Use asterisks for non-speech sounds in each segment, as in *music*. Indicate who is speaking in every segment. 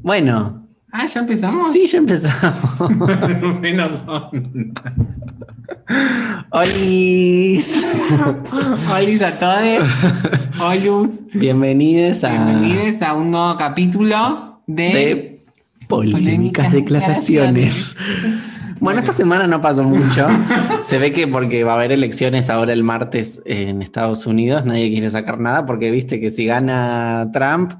Speaker 1: Bueno,
Speaker 2: Ah, ya empezamos.
Speaker 1: sí, *laughs* ya empezamos.
Speaker 2: Menos son.
Speaker 1: Olis,
Speaker 2: Olis a todos. Olus.
Speaker 1: bienvenidos a
Speaker 2: Bienvenidos a un nuevo capítulo de.
Speaker 1: de polémicas
Speaker 2: Polémicas
Speaker 1: declaraciones. Bueno, esta semana no pasó mucho. Se ve que porque va a haber elecciones ahora el martes en Estados Unidos, nadie quiere sacar nada porque viste que si gana Trump,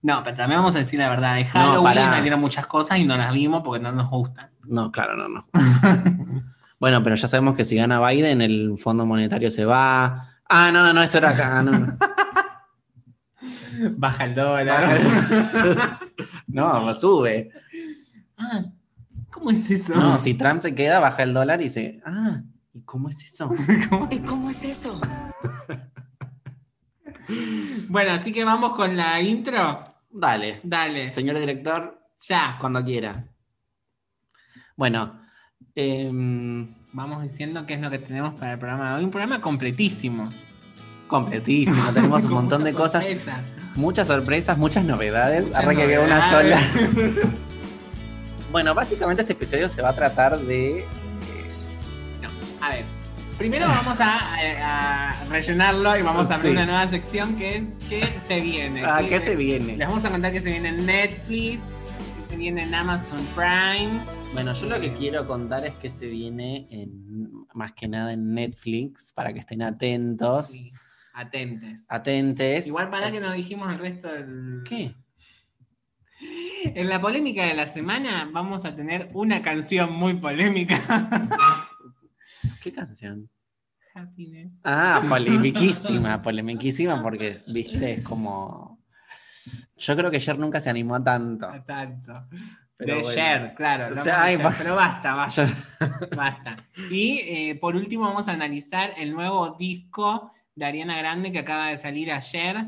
Speaker 2: No, pero también vamos a decir la verdad. De Halloween
Speaker 1: pará.
Speaker 2: salieron muchas cosas y no las vimos porque no nos gustan.
Speaker 1: no, claro, no, no. Bueno, pero ya sabemos que si gana Biden, el Fondo Monetario se va. Ah, no, no, no, eso era acá. no, no.
Speaker 2: Baja el dólar.
Speaker 1: Claro. no, sube.
Speaker 2: Ah, ¿Cómo es eso?
Speaker 1: *laughs* No, si Trump se queda, baja el dólar y se. Ah, ¿y cómo es eso?
Speaker 3: ¿Y cómo es eso?
Speaker 2: *laughs* Bueno, así que vamos con la intro.
Speaker 1: *laughs* Dale,
Speaker 2: Dale.
Speaker 1: señor director,
Speaker 2: Ya.
Speaker 1: cuando quiera. Bueno, em,
Speaker 2: Vamos diciendo qué es lo que tenemos para el programa de hoy. Un programa completísimo.
Speaker 1: completísimo, tenemos un *laughs*
Speaker 2: Con
Speaker 1: montón de
Speaker 2: muchas
Speaker 1: cosas,
Speaker 2: sorpresas.
Speaker 1: muchas sorpresas, muchas novedades.
Speaker 2: Muchas
Speaker 1: Arre que había
Speaker 2: Ah,
Speaker 1: una sola. *laughs*
Speaker 2: novedades.
Speaker 1: Bueno, básicamente este episodio se va a tratar de.
Speaker 2: A ver, primero vamos a, eh, a rellenarlo y vamos a abrir
Speaker 1: Sí.
Speaker 2: una nueva sección que es ¿Qué se viene?
Speaker 1: ¿A ah, qué se viene?
Speaker 2: Les vamos a contar que se viene en Netflix, que se viene en Amazon Prime.
Speaker 1: Bueno, yo lo que quiero contar es que se viene en, más que nada en Netflix para que estén atentos.
Speaker 2: Sí, atentes.
Speaker 1: Atentes. Eh,
Speaker 2: Igual para que nos dijimos el resto del...
Speaker 1: ¿Qué?
Speaker 2: En la polémica de la semana vamos a tener una canción muy polémica. *laughs*
Speaker 1: ¿Qué canción?
Speaker 2: Happiness. *laughs*
Speaker 1: Ah, polemiquísima, polemiquísima porque, viste, es como... Yo creo que Cher nunca se animó a tanto.
Speaker 2: A Tanto.
Speaker 1: Pero
Speaker 2: de
Speaker 1: bueno.
Speaker 2: Cher, claro.
Speaker 1: O
Speaker 2: lo
Speaker 1: sea,
Speaker 2: vamos a
Speaker 1: ay,
Speaker 2: Cher,
Speaker 1: va-
Speaker 2: pero basta, basta.
Speaker 1: *laughs* Yo-
Speaker 2: Basta. Y eh, por último vamos a analizar el nuevo disco de Ariana Grande que acaba de salir ayer.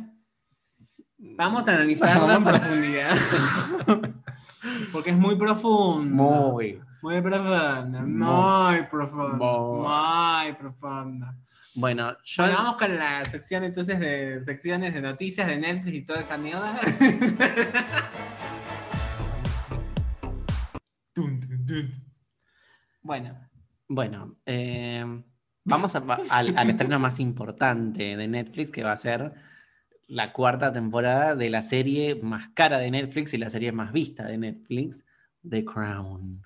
Speaker 2: Vamos a analizarlo en
Speaker 1: Vamos *laughs* a-
Speaker 2: profundidad. *laughs* Porque es muy profundo.
Speaker 1: Muy.
Speaker 2: Muy profundo.
Speaker 1: Muy.
Speaker 2: Muy profundo. Muy profundo.
Speaker 1: Bueno, yo...
Speaker 2: Bueno, vamos con la sección entonces de secciones de noticias de Netflix y toda esta mierda. Tun, tun, tun. Bueno,
Speaker 1: Bueno, eh, vamos a- va- al, al estreno más importante de Netflix, que va a ser la cuarta temporada de la serie más cara de Netflix y la serie más vista de Netflix, The Crown.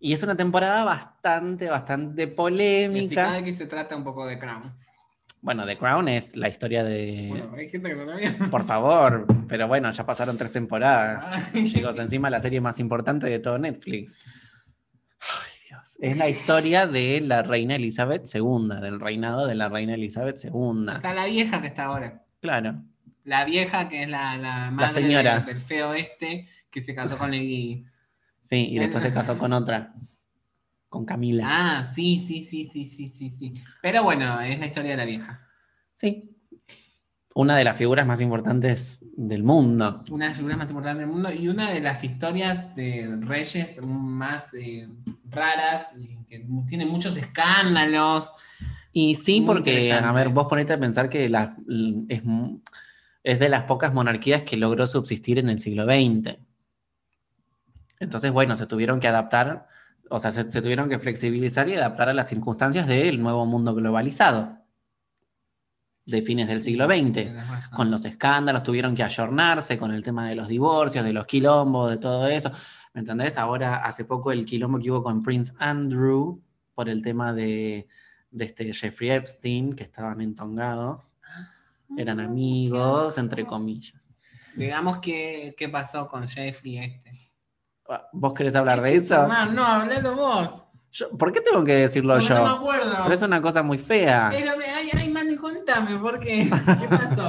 Speaker 1: Y es una temporada bastante, bastante
Speaker 2: explicá de
Speaker 1: polémica.
Speaker 2: qué se trata un poco de Crown.
Speaker 1: Bueno, The Crown es la historia de...
Speaker 2: *laughs* Bueno, hay gente que no sabía.
Speaker 1: Por favor, pero bueno, ya pasaron tres temporadas. Chicos, encima la serie más importante de todo Netflix. Ay, Dios. Es la historia de la reina Elizabeth II, del reinado de la reina Elizabeth II.
Speaker 2: O sea, la vieja que está ahora.
Speaker 1: Claro.
Speaker 2: La vieja que es la, la madre de-
Speaker 1: señora.
Speaker 2: del feo este que se casó con Lady.
Speaker 1: Sí, y después se casó con otra, con Camila.
Speaker 2: Ah, sí, sí, sí, sí, sí, sí, sí. Pero bueno, es la historia de la vieja.
Speaker 1: Sí. Una de las figuras más importantes del mundo.
Speaker 2: Una de las figuras más importantes del mundo y una de las historias de reyes más eh, raras, y que tiene muchos escándalos.
Speaker 1: Y sí,
Speaker 2: Muy
Speaker 1: porque, a
Speaker 2: interesante.
Speaker 1: ver, vos ponete a pensar que la- es, es de las pocas monarquías que logró subsistir en el siglo XX. Entonces, bueno, se tuvieron que adaptar, o sea, se, se tuvieron que flexibilizar y adaptar a las circunstancias del nuevo mundo globalizado de fines del siglo XX.
Speaker 2: Tenés razón.
Speaker 1: Con los escándalos tuvieron que ayornarse con el tema de los divorcios, de los quilombos, de todo eso. ¿Me entendés? Ahora, hace poco el quilombo que hubo con Prince Andrew por el tema de, de este Jeffrey Epstein, que estaban entongados,
Speaker 2: Ah,
Speaker 1: eran amigos, entre comillas.
Speaker 2: Digamos que qué pasó con Jeffrey este.
Speaker 1: Ah, ¿Vos querés hablar de eso?
Speaker 2: Omar, no, hablalo vos.
Speaker 1: Yo- ¿Por qué tengo que decirlo
Speaker 2: Porque No Eh. me
Speaker 1: yo?
Speaker 2: acuerdo.
Speaker 1: Pero es una cosa muy fea.
Speaker 2: Pero, me- ay, ay, Manu, contame, ¿por
Speaker 1: *laughs*
Speaker 2: qué? ¿Qué pasó?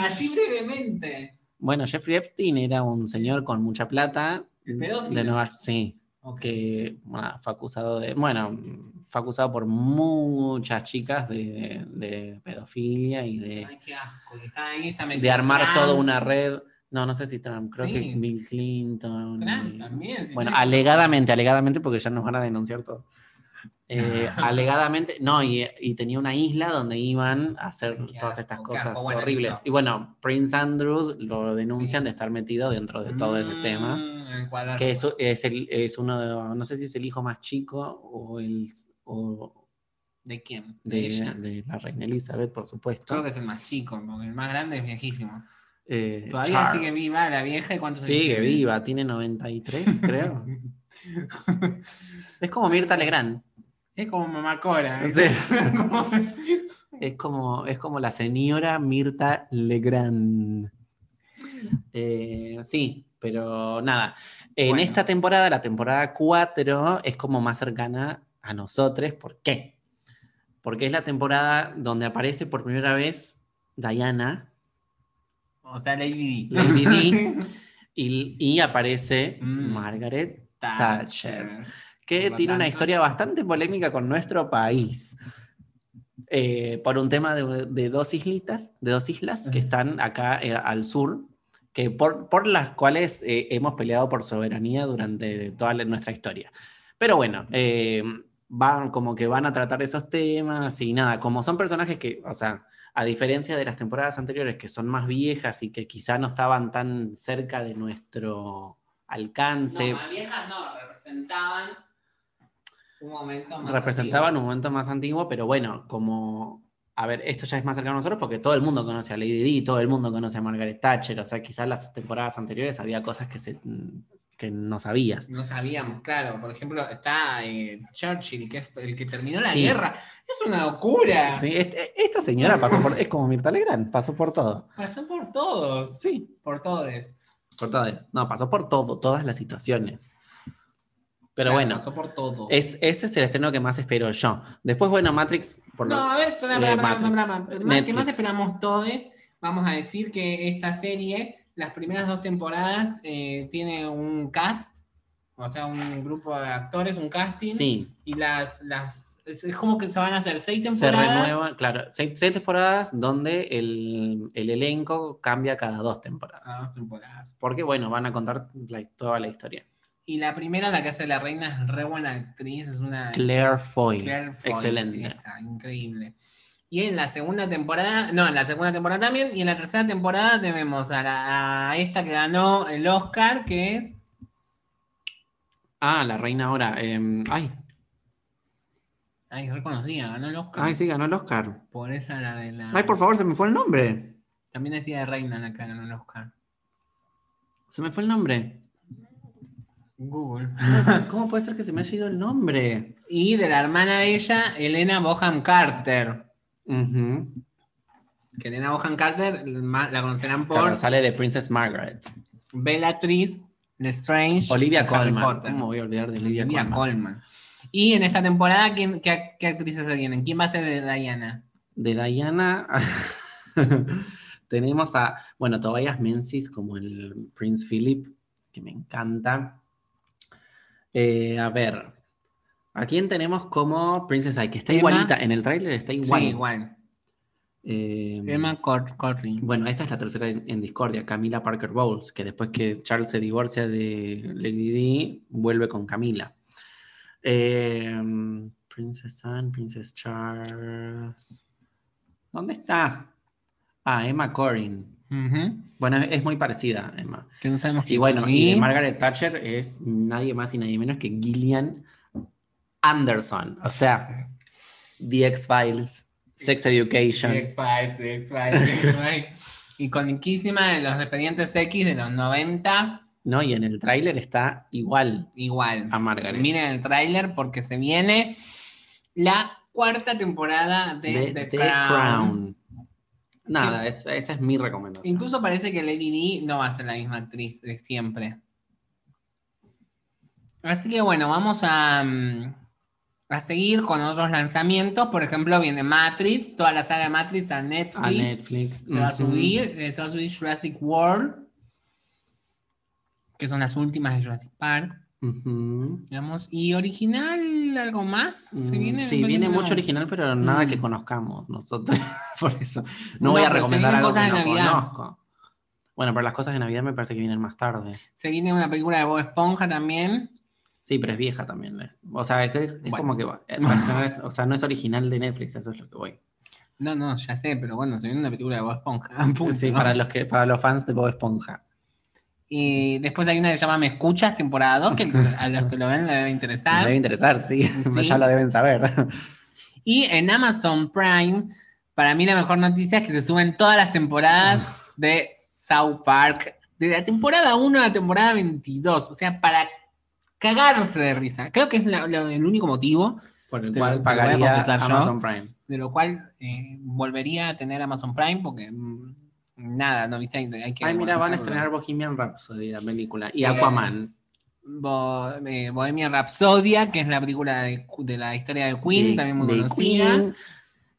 Speaker 2: Así brevemente.
Speaker 1: Bueno, Jeffrey Epstein era un señor con mucha plata. De
Speaker 2: pedófilo.
Speaker 1: Nueva Sí,
Speaker 2: Ok.
Speaker 1: que bueno, fue acusado de, bueno, fue acusado por muchas chicas de, de pedofilia y de,
Speaker 2: Ay, qué asco. que Está ahí, está
Speaker 1: de
Speaker 2: metido
Speaker 1: armar
Speaker 2: Trump.
Speaker 1: toda una red. No, no sé si Trump, creo
Speaker 2: Sí.
Speaker 1: que Bill Clinton.
Speaker 2: Trump
Speaker 1: y-
Speaker 2: también. si
Speaker 1: Bueno,
Speaker 2: tenés-
Speaker 1: alegadamente, alegadamente, porque ya nos van a denunciar todo.
Speaker 2: *laughs*
Speaker 1: eh, alegadamente, no, y, y tenía una isla donde iban a hacer
Speaker 2: Qué
Speaker 1: todas estas
Speaker 2: asco, qué
Speaker 1: cosas
Speaker 2: asco. Bueno,
Speaker 1: horribles.
Speaker 2: listo.
Speaker 1: Y bueno, Prince Andrew lo denuncian
Speaker 2: Sí.
Speaker 1: de estar metido dentro de todo ese tema,
Speaker 2: Mm, el cuaderno.
Speaker 1: que es, es, el, es uno de, no sé si es el hijo más chico o el o
Speaker 2: ¿De quién? De,
Speaker 1: de,
Speaker 2: ella.
Speaker 1: de la reina Elizabeth, por
Speaker 2: Creo
Speaker 1: supuesto.
Speaker 2: que es el más chico, porque el más grande es viejísimo.
Speaker 1: Eh,
Speaker 2: Todavía
Speaker 1: Charles.
Speaker 2: sigue viva la vieja y cuántos años
Speaker 1: Sigue
Speaker 2: tiene?
Speaker 1: viva, tiene 93,
Speaker 2: *laughs*
Speaker 1: creo. Es como Mirta Legrand.
Speaker 2: es como mamá Cora.
Speaker 1: Sí.
Speaker 2: *laughs* Como-
Speaker 1: Es como, es como la señora Mirta Legrand. Eh, sí, pero nada. En
Speaker 2: Bueno.
Speaker 1: esta temporada, la temporada 4, es como más cercana a nosotros. ¿Por qué? Porque es la temporada donde aparece por primera vez Diana
Speaker 2: o sea, Lady D.
Speaker 1: Lady Di, y, y aparece
Speaker 2: Mm.
Speaker 1: Margaret,
Speaker 2: *laughs* Thatcher.
Speaker 1: que
Speaker 2: Por lo
Speaker 1: tiene una
Speaker 2: tanto-
Speaker 1: historia bastante polémica con nuestro país. Eh, por un tema de, de dos islitas, de dos islas que
Speaker 2: Ujú.
Speaker 1: están acá eh, al sur, que por, por las cuales eh, hemos peleado por soberanía durante toda la- nuestra historia. Pero bueno, eh, van como que van a tratar esos temas y nada, como son personajes que, o sea, a diferencia de las temporadas anteriores que son más viejas y que quizá no estaban tan cerca de nuestro alcance,
Speaker 2: No, más viejas no, representaban un momento más.
Speaker 1: representaban un momento más antiguo, pero bueno, como, a ver, esto ya es más cercano a nosotros porque todo el mundo conoce a Lady Di, todo el mundo conoce a Margaret Thatcher, o sea, quizás las temporadas anteriores había cosas que, se, que no sabías.
Speaker 2: No sabíamos, claro. Por ejemplo, está eh, Churchill, que es el que terminó la
Speaker 1: Sí.
Speaker 2: guerra. Es una locura.
Speaker 1: Sí, este- esta señora pasó por, es como Mirta Legrand, pasó por todo.
Speaker 2: Pasó por todos,
Speaker 1: Sí,
Speaker 2: por todos.
Speaker 1: por todas. No, pasó por todo, todas las situaciones. Pero
Speaker 2: Claro,
Speaker 1: bueno, eh,
Speaker 2: Pasó por todo.
Speaker 1: es, ese es el estreno que más espero yo. Después, bueno, Matrix, por lo-
Speaker 2: No, a ver,
Speaker 1: eh,
Speaker 2: espera, espera, espera,
Speaker 1: Matrix.
Speaker 2: espera, espera. Más que
Speaker 1: Netflix.
Speaker 2: más esperamos todos, vamos a decir que esta serie, las primeras dos temporadas, eh, tiene un cast, o sea, un grupo de actores, un casting,
Speaker 1: sí.
Speaker 2: y las, las es, es como que se van a hacer seis
Speaker 1: se
Speaker 2: temporadas.
Speaker 1: renueva, claro, seis, seis temporadas donde el, el elenco cambia cada dos temporadas.
Speaker 2: Ah, dos temporadas.
Speaker 1: Porque, bueno, van a contar la- toda la historia.
Speaker 2: Y la primera, la que hace la reina, es re buena actriz, es una...
Speaker 1: Claire Foy.
Speaker 2: Claire Foy,
Speaker 1: Excelente.
Speaker 2: esa, increíble. Y en la segunda temporada, no, en la segunda temporada también, y en la tercera temporada tenemos a, la- a esta que ganó el Oscar, que es
Speaker 1: Ah, la reina ahora. em, ay,
Speaker 2: Ay, reconocía, ganó el Oscar.
Speaker 1: ay, sí, ganó el Oscar.
Speaker 2: Por esa la de la.
Speaker 1: Ay, por favor, se me fue el nombre.
Speaker 2: También decía de Reina la que ganó el Oscar.
Speaker 1: Se me fue el
Speaker 2: *laughs*
Speaker 1: nombre.
Speaker 2: Google.
Speaker 1: ¿Cómo puede ser que se me haya ido el nombre?
Speaker 2: Y de la hermana de ella, Elena Bohan Carter.
Speaker 1: Ujú.
Speaker 2: Que Elena Bohan Carter ma- la conocerán por
Speaker 1: Claro, sale de Princess Margaret.
Speaker 2: Bellatriz Lestrange.
Speaker 1: Olivia
Speaker 2: Harry
Speaker 1: Colman.
Speaker 2: Potter.
Speaker 1: ¿Cómo voy a olvidar de Olivia,
Speaker 2: Olivia Colman.
Speaker 1: Colman?
Speaker 2: Y en esta temporada, ¿quién, qué, qué actrices se vienen? ¿Quién va a ser de Diana?
Speaker 1: De Diana *laughs* tenemos a, bueno, Tobias Menzies como el Prince Philip, que me encanta. Eh, a ver, ¿a quién tenemos como Princess Ai? Que está
Speaker 2: Emma.
Speaker 1: igualita, en el tráiler está igual.
Speaker 2: Sí, igual. Mm.
Speaker 1: Eh,
Speaker 2: Emma Cor- Corrin.
Speaker 1: bueno, esta es la tercera en, en discordia, Camila Parker Bowles, que después que Charles se divorcia de Lady Di, vuelve con Camila. Eh, Princess Anne, Princess Charles. ¿Dónde está? Ah, Emma Corrin.
Speaker 2: Ujú.
Speaker 1: Bueno, es, es muy parecida, Emma.
Speaker 2: Que no sabemos quién
Speaker 1: Y bueno,
Speaker 2: son.
Speaker 1: y Margaret Thatcher es nadie más y nadie menos que Gillian Anderson. O sea, The X-Files, Sex Education.
Speaker 2: X-Files, X-Files,
Speaker 1: *laughs*
Speaker 2: X-Files. Iconiquísima de los expedientes X de los 90,
Speaker 1: No, y en el tráiler está igual
Speaker 2: igual.
Speaker 1: a Margaret.
Speaker 2: Miren el tráiler porque se viene la cuarta temporada de,
Speaker 1: de,
Speaker 2: The
Speaker 1: The
Speaker 2: Crown.
Speaker 1: Crown. Nada, es- esa es mi recomendación.
Speaker 2: Incluso parece que Lady D no va a ser la misma actriz de siempre. Así que bueno, vamos a, mm, a seguir con otros lanzamientos. Por ejemplo, viene Matrix, toda la saga de Matrix a Netflix.
Speaker 1: a Netflix.
Speaker 2: Se va a
Speaker 1: ujú.
Speaker 2: subir, eh, se va a subir Jurassic World, que son las últimas de Jurassic Park,
Speaker 1: Ujú. Mm,
Speaker 2: digamos. Y original, algo más. ¿Se viene,
Speaker 1: sí,
Speaker 2: Me
Speaker 1: viene
Speaker 2: parece que
Speaker 1: mucho
Speaker 2: no.
Speaker 1: original, pero nada
Speaker 2: Mm.
Speaker 1: que conozcamos nosotros. *laughs* Por eso. No,
Speaker 2: No,
Speaker 1: voy a
Speaker 2: pero se
Speaker 1: recomendar
Speaker 2: vienen
Speaker 1: algo
Speaker 2: cosas
Speaker 1: que no
Speaker 2: de Navidad.
Speaker 1: conozco. Bueno, pero las cosas de Navidad me parece que vienen más tarde.
Speaker 2: Se viene una película de Bob Esponja también.
Speaker 1: Sí, pero es vieja también. ¿no? O sea, es, es
Speaker 2: Bueno.
Speaker 1: como que va.
Speaker 2: *laughs*
Speaker 1: eh, no es- o sea, no es original de Netflix, eso es lo que voy.
Speaker 2: No, no, ya sé, pero bueno, se viene una película de Bob Esponja. *laughs* punto.
Speaker 1: Sí, para los que, para los fans de Bob Esponja.
Speaker 2: Y después hay una que se llama Me Escuchas, temporada 2, que el- a los que lo ven le debe
Speaker 1: Les
Speaker 2: interesar.
Speaker 1: debe interesar,
Speaker 2: *laughs*
Speaker 1: sí. *laughs*
Speaker 2: Sí.
Speaker 1: ya lo deben saber.
Speaker 2: Y en Amazon Prime, para mí la mejor noticia es que se suben todas las temporadas de South Park, de la temporada 1 a la temporada 22, o sea, para cagarse de risa. Creo que es la- la- el único motivo
Speaker 1: Por el
Speaker 2: Te
Speaker 1: cual
Speaker 2: lo- te lo voy a
Speaker 1: pagaría
Speaker 2: confesar yo.
Speaker 1: Amazon Prime.
Speaker 2: de lo cual eh, volvería a tener Amazon Prime porque mm, nada, no viste, hay, hay que...
Speaker 1: Ay, mira, van a
Speaker 2: bueno,
Speaker 1: estrenar Bohemian Rhapsody, la película. Y
Speaker 2: Eh,
Speaker 1: Aquaman.
Speaker 2: Bo- eh, Bohemian Rhapsodia, que es la película de, de la historia de Queen,
Speaker 1: De-
Speaker 2: también muy
Speaker 1: de
Speaker 2: conocida.
Speaker 1: Queen.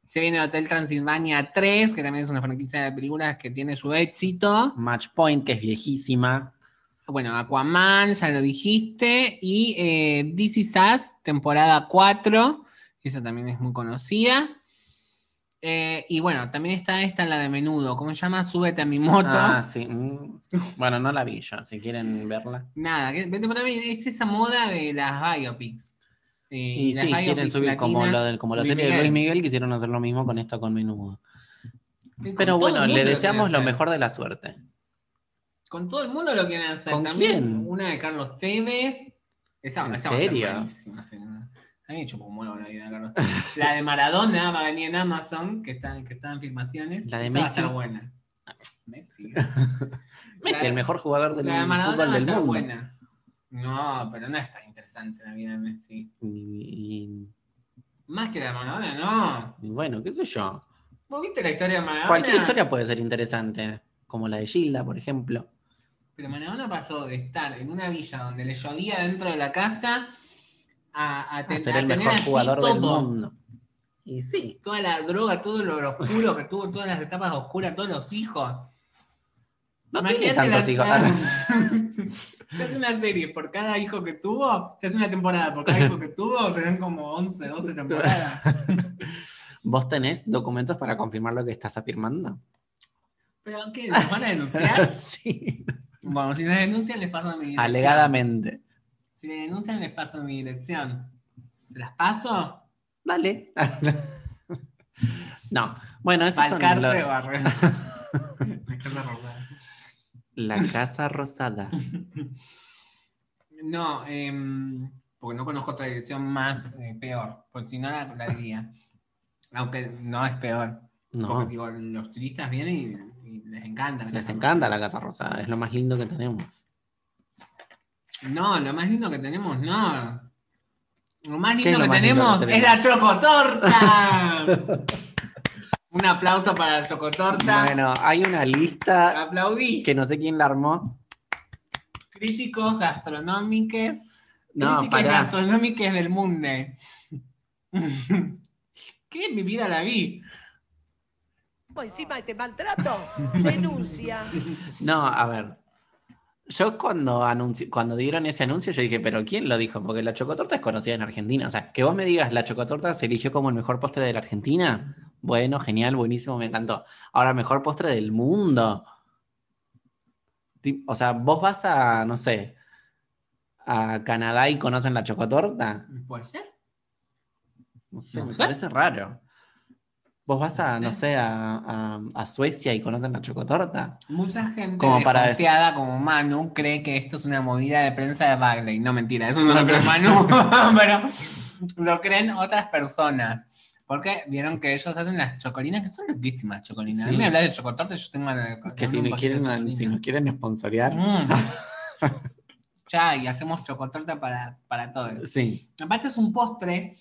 Speaker 2: Se viene Hotel Transilvania 3, que también es una franquicia de películas que tiene su éxito.
Speaker 1: Match Point, que es viejísima.
Speaker 2: Bueno, Aquaman, ya lo dijiste. Y eh, This Is Us, temporada 4. Esa también es muy conocida. Eh, y bueno, también está esta, la de menudo. ¿Cómo se llama? Súbete a mi moto.
Speaker 1: Ah, sí. mm. Bueno, no la vi yo, si quieren verla.
Speaker 2: *laughs* Nada, que- vete para mí, es esa moda de las biopics. Eh,
Speaker 1: Y,
Speaker 2: las
Speaker 1: sí, quieren
Speaker 2: biopics
Speaker 1: subir como,
Speaker 2: latinas,
Speaker 1: lo del- como la
Speaker 2: Luis
Speaker 1: serie de
Speaker 2: Miguel.
Speaker 1: Luis Miguel, quisieron hacer lo mismo con esto con Menudo.
Speaker 2: Con todo
Speaker 1: Pero
Speaker 2: el
Speaker 1: bueno,
Speaker 2: mundo eh.
Speaker 1: le
Speaker 2: quiere
Speaker 1: deseamos lo
Speaker 2: hacer.
Speaker 1: mejor de la suerte.
Speaker 2: Con todo el mundo lo quieren hacer.
Speaker 1: ¿Con
Speaker 2: También
Speaker 1: quién?
Speaker 2: una de Carlos Tevez. Esa,
Speaker 1: ¿En
Speaker 2: esa va a ser
Speaker 1: serio?
Speaker 2: buenísima, sí, ¿no? A mí me chupó un huevo la vida de
Speaker 1: *laughs*
Speaker 2: Carlos Tevez. La de Maradona va a venir en Amazon, que está, que está en filmaciones.
Speaker 1: La de
Speaker 2: Esa va a
Speaker 1: Messi.
Speaker 2: estar buena. Messi.
Speaker 1: *laughs* Messi,
Speaker 2: La-
Speaker 1: el mejor jugador del
Speaker 2: La de Maradona
Speaker 1: fútbol
Speaker 2: va a
Speaker 1: del
Speaker 2: estar
Speaker 1: mundo.
Speaker 2: buena. No, pero no es tan interesante la vida de Messi.
Speaker 1: Y,
Speaker 2: Más que la de Maradona, no.
Speaker 1: y- y bueno, qué sé yo.
Speaker 2: ¿Vos viste la historia de Maradona?
Speaker 1: Cualquier historia puede ser interesante, como la de Gilda, por ejemplo.
Speaker 2: Pero Maradona pasó de estar en una villa donde le llovía dentro de la casa a, a,
Speaker 1: A
Speaker 2: ten-
Speaker 1: Ah, ser
Speaker 2: a
Speaker 1: el
Speaker 2: tener
Speaker 1: mejor
Speaker 2: así
Speaker 1: jugador del
Speaker 2: todo.
Speaker 1: mundo. Y sí.
Speaker 2: Toda la droga, todo lo, lo oscuro que tuvo, todas las etapas oscuras, todos los hijos.
Speaker 1: No tiene
Speaker 2: Imagínate
Speaker 1: tantos
Speaker 2: las-
Speaker 1: hijos.
Speaker 2: *laughs* se hace una serie por cada hijo que tuvo, se hace una temporada por cada hijo que tuvo, serán como 11, 12 temporadas.
Speaker 1: *laughs* ¿Vos tenés documentos para confirmar lo que estás afirmando?
Speaker 2: ¿Pero qué? ¿Nos van a
Speaker 1: *laughs*
Speaker 2: denunciar?
Speaker 1: sí.
Speaker 2: Bueno, si les denuncian, les paso mi dirección.
Speaker 1: Alegadamente.
Speaker 2: Si les denuncian, les paso mi dirección. ¿Se las paso?
Speaker 1: Dale. *laughs* no. Bueno, eso son
Speaker 2: Balcarce
Speaker 1: lo-
Speaker 2: Barrera.
Speaker 1: *laughs*
Speaker 2: La Casa Rosada.
Speaker 1: la Casa Rosada.
Speaker 2: No, em, porque no conozco otra dirección más eh, peor, porque si no la, la diría. Aunque no es peor. Porque
Speaker 1: No.
Speaker 2: digo, los turistas vienen y, y les encanta. la
Speaker 1: Les
Speaker 2: Casa
Speaker 1: encanta la Casa Rosada. Es lo más lindo que tenemos.
Speaker 2: Rosada. No, lo más lindo que tenemos, no. Lo más
Speaker 1: ¿Qué es
Speaker 2: lindo
Speaker 1: lo
Speaker 2: que
Speaker 1: más lindo
Speaker 2: tenemos
Speaker 1: que
Speaker 2: es
Speaker 1: tenemos?
Speaker 2: la chocotorta. *laughs* Un aplauso para la chocotorta.
Speaker 1: Bueno, hay una lista
Speaker 2: Aplaudí.
Speaker 1: que no sé quién la armó.
Speaker 2: Críticos gastronómicos.
Speaker 1: No,
Speaker 2: Críticas
Speaker 1: pará.
Speaker 2: gastronómicas del mundo. eh. *laughs* ¿Qué? Mi vida la vi.
Speaker 4: Encima de este
Speaker 2: *laughs*
Speaker 4: maltrato, denuncia.
Speaker 1: No, a ver. Yo cuando, anunci- cuando dieron ese anuncio, yo dije, pero ¿quién lo dijo? Porque la chocotorta es conocida en Argentina. O sea, que vos me digas, la chocotorta se eligió como el mejor postre de la Argentina. Bueno, genial, buenísimo, me encantó. Ahora, mejor postre del mundo. Ti- O sea, vos vas a, no sé, a Canadá y conocen la chocotorta.
Speaker 2: ¿Puede ser?
Speaker 1: No sé,
Speaker 2: No
Speaker 1: me
Speaker 2: sé.
Speaker 1: parece raro. Vos vas a,
Speaker 2: No
Speaker 1: no sé, a, a- a Suecia y conocen la chocotorta.
Speaker 2: Mucha gente
Speaker 1: Como para
Speaker 2: desconfiada como Manu cree que esto es una movida de prensa de Bagley. No, mentira, eso
Speaker 1: *laughs*
Speaker 2: no lo cree Manu, *laughs* pero lo creen otras personas. Porque vieron que ellos hacen las chocolinas, que son riquísimas chocolinas. A mí
Speaker 1: Sí.
Speaker 2: me hablas de chocotorte, yo tengo una,
Speaker 1: Que si
Speaker 2: un
Speaker 1: nos
Speaker 2: paquete de
Speaker 1: quieren,
Speaker 2: chocolina.
Speaker 1: si nos quieren esponsorear. *laughs*
Speaker 2: Mm. Ya, y hacemos chocotorta para, para todos.
Speaker 1: Sí,
Speaker 2: Aparte es un postre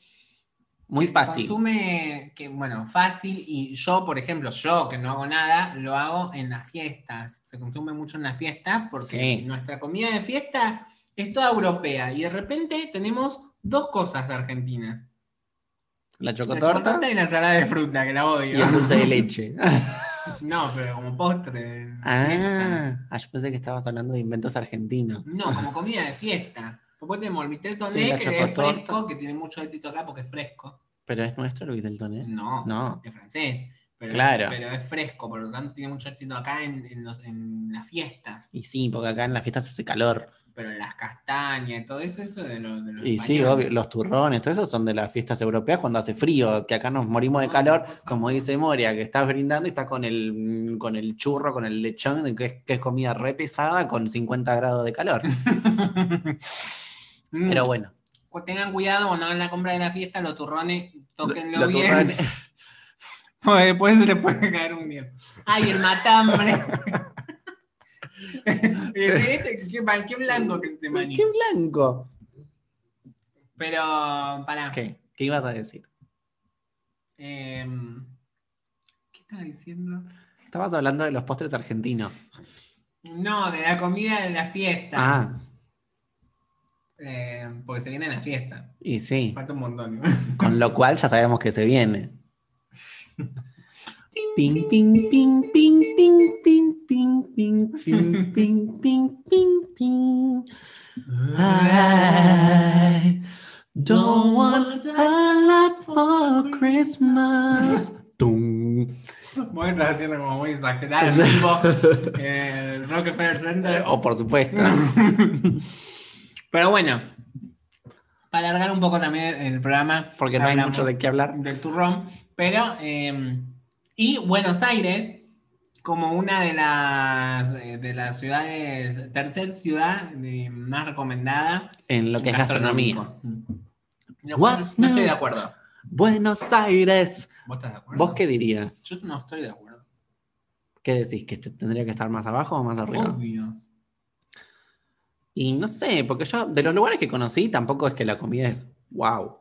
Speaker 1: muy
Speaker 2: que se
Speaker 1: fácil.
Speaker 2: consume, que, bueno, fácil, y yo, por ejemplo, yo que no hago nada, lo hago en las fiestas. Se consume mucho en las fiestas porque
Speaker 1: Sí.
Speaker 2: nuestra comida de fiesta es toda europea y de repente tenemos dos cosas de Argentina.
Speaker 1: La
Speaker 2: La
Speaker 1: chocotorta
Speaker 2: chocotorta y la ensalada de fruta, que la
Speaker 1: y
Speaker 2: odio.
Speaker 1: el dulce *laughs* de leche.
Speaker 2: *laughs* No, pero como postre. de fiesta.
Speaker 1: Ah, ah, yo pensé que estabas hablando de inventos argentinos.
Speaker 2: No, como comida de fiesta. Después tenemos el vitel toné,
Speaker 1: Sí, la
Speaker 2: que es
Speaker 1: chocotorta.
Speaker 2: fresco, que tiene mucho éxito acá porque es fresco.
Speaker 1: Pero es nuestro el del Toné.
Speaker 2: No,
Speaker 1: ¿Eh? No.
Speaker 2: es francés. Pero,
Speaker 1: Claro.
Speaker 2: pero es fresco, por lo tanto tiene mucho éxito acá en, en los- en las fiestas.
Speaker 1: Y sí, porque acá en la fiesta se hace calor.
Speaker 2: Pero las castañas, todo eso, eso de, lo- de los.
Speaker 1: Y sí,
Speaker 2: españoles.
Speaker 1: obvio, los turrones, todo eso son de las fiestas europeas cuando hace frío, que acá nos morimos de calor, como dice Moria, que estás brindando y estás con el, con el churro, con el lechón, que es, que es comida re pesada con 50 grados de *laughs* calor.
Speaker 2: Mm.
Speaker 1: Pero bueno,
Speaker 2: Cu- Tengan cuidado cuando hagan la compra de la fiesta, los turrones, tóquenlo
Speaker 1: los
Speaker 2: bien.
Speaker 1: turrones-
Speaker 2: *laughs* Porque después se le puede caer un miedo. Ay, el matambre.
Speaker 1: *laughs*
Speaker 2: Y dice, "Este, qué, mal, qué blanco que es este maní.
Speaker 1: ¡Qué blanco!
Speaker 2: Pero, pará.
Speaker 1: ¿Qué? ¿Qué ibas a decir?
Speaker 2: Em, ¿Qué estaba diciendo?
Speaker 1: Estabas hablando de los postres argentinos.
Speaker 2: No, de la comida de la fiesta.
Speaker 1: Ah,
Speaker 2: Em, porque se viene la fiesta.
Speaker 1: y
Speaker 2: *laughs*
Speaker 1: sí,
Speaker 2: Falta un montón.
Speaker 1: con lo cual ya sabemos que se
Speaker 2: *laughs*
Speaker 1: viene.
Speaker 2: Ting,
Speaker 1: Ping,
Speaker 2: ting,
Speaker 1: ping, ping, ping, ping, ping, ping, ping,
Speaker 2: *laughs*
Speaker 1: ping, ping, ping, ping, ping. I don't want a lot for Christmas. Tum.
Speaker 2: Vos estás haciendo como muy exagerado.
Speaker 1: *laughs* Sí.
Speaker 2: Tipo, eh, Rockefeller Center.
Speaker 1: *laughs* Oh, por supuesto.
Speaker 2: *laughs* Pero bueno, para alargar un poco también el programa.
Speaker 1: Porque no hay
Speaker 2: hablamos
Speaker 1: mucho de qué hablar.
Speaker 2: del turrón. Pero, eh, y Buenos Aires, como una de las, eh, de las ciudades, tercer ciudad eh, más recomendada.
Speaker 1: En lo que es gastronomía.
Speaker 2: gastronómico. No,
Speaker 1: What's
Speaker 2: no estoy
Speaker 1: new?
Speaker 2: de acuerdo.
Speaker 1: Buenos Aires.
Speaker 2: ¿Vos estás de acuerdo?
Speaker 1: ¿Vos qué dirías?
Speaker 2: Yo no estoy de acuerdo.
Speaker 1: ¿Qué decís? ¿Que te- tendría que estar más abajo o más arriba?
Speaker 2: Obvio.
Speaker 1: Y no sé, porque yo de los lugares que conocí tampoco es que la comida es wow.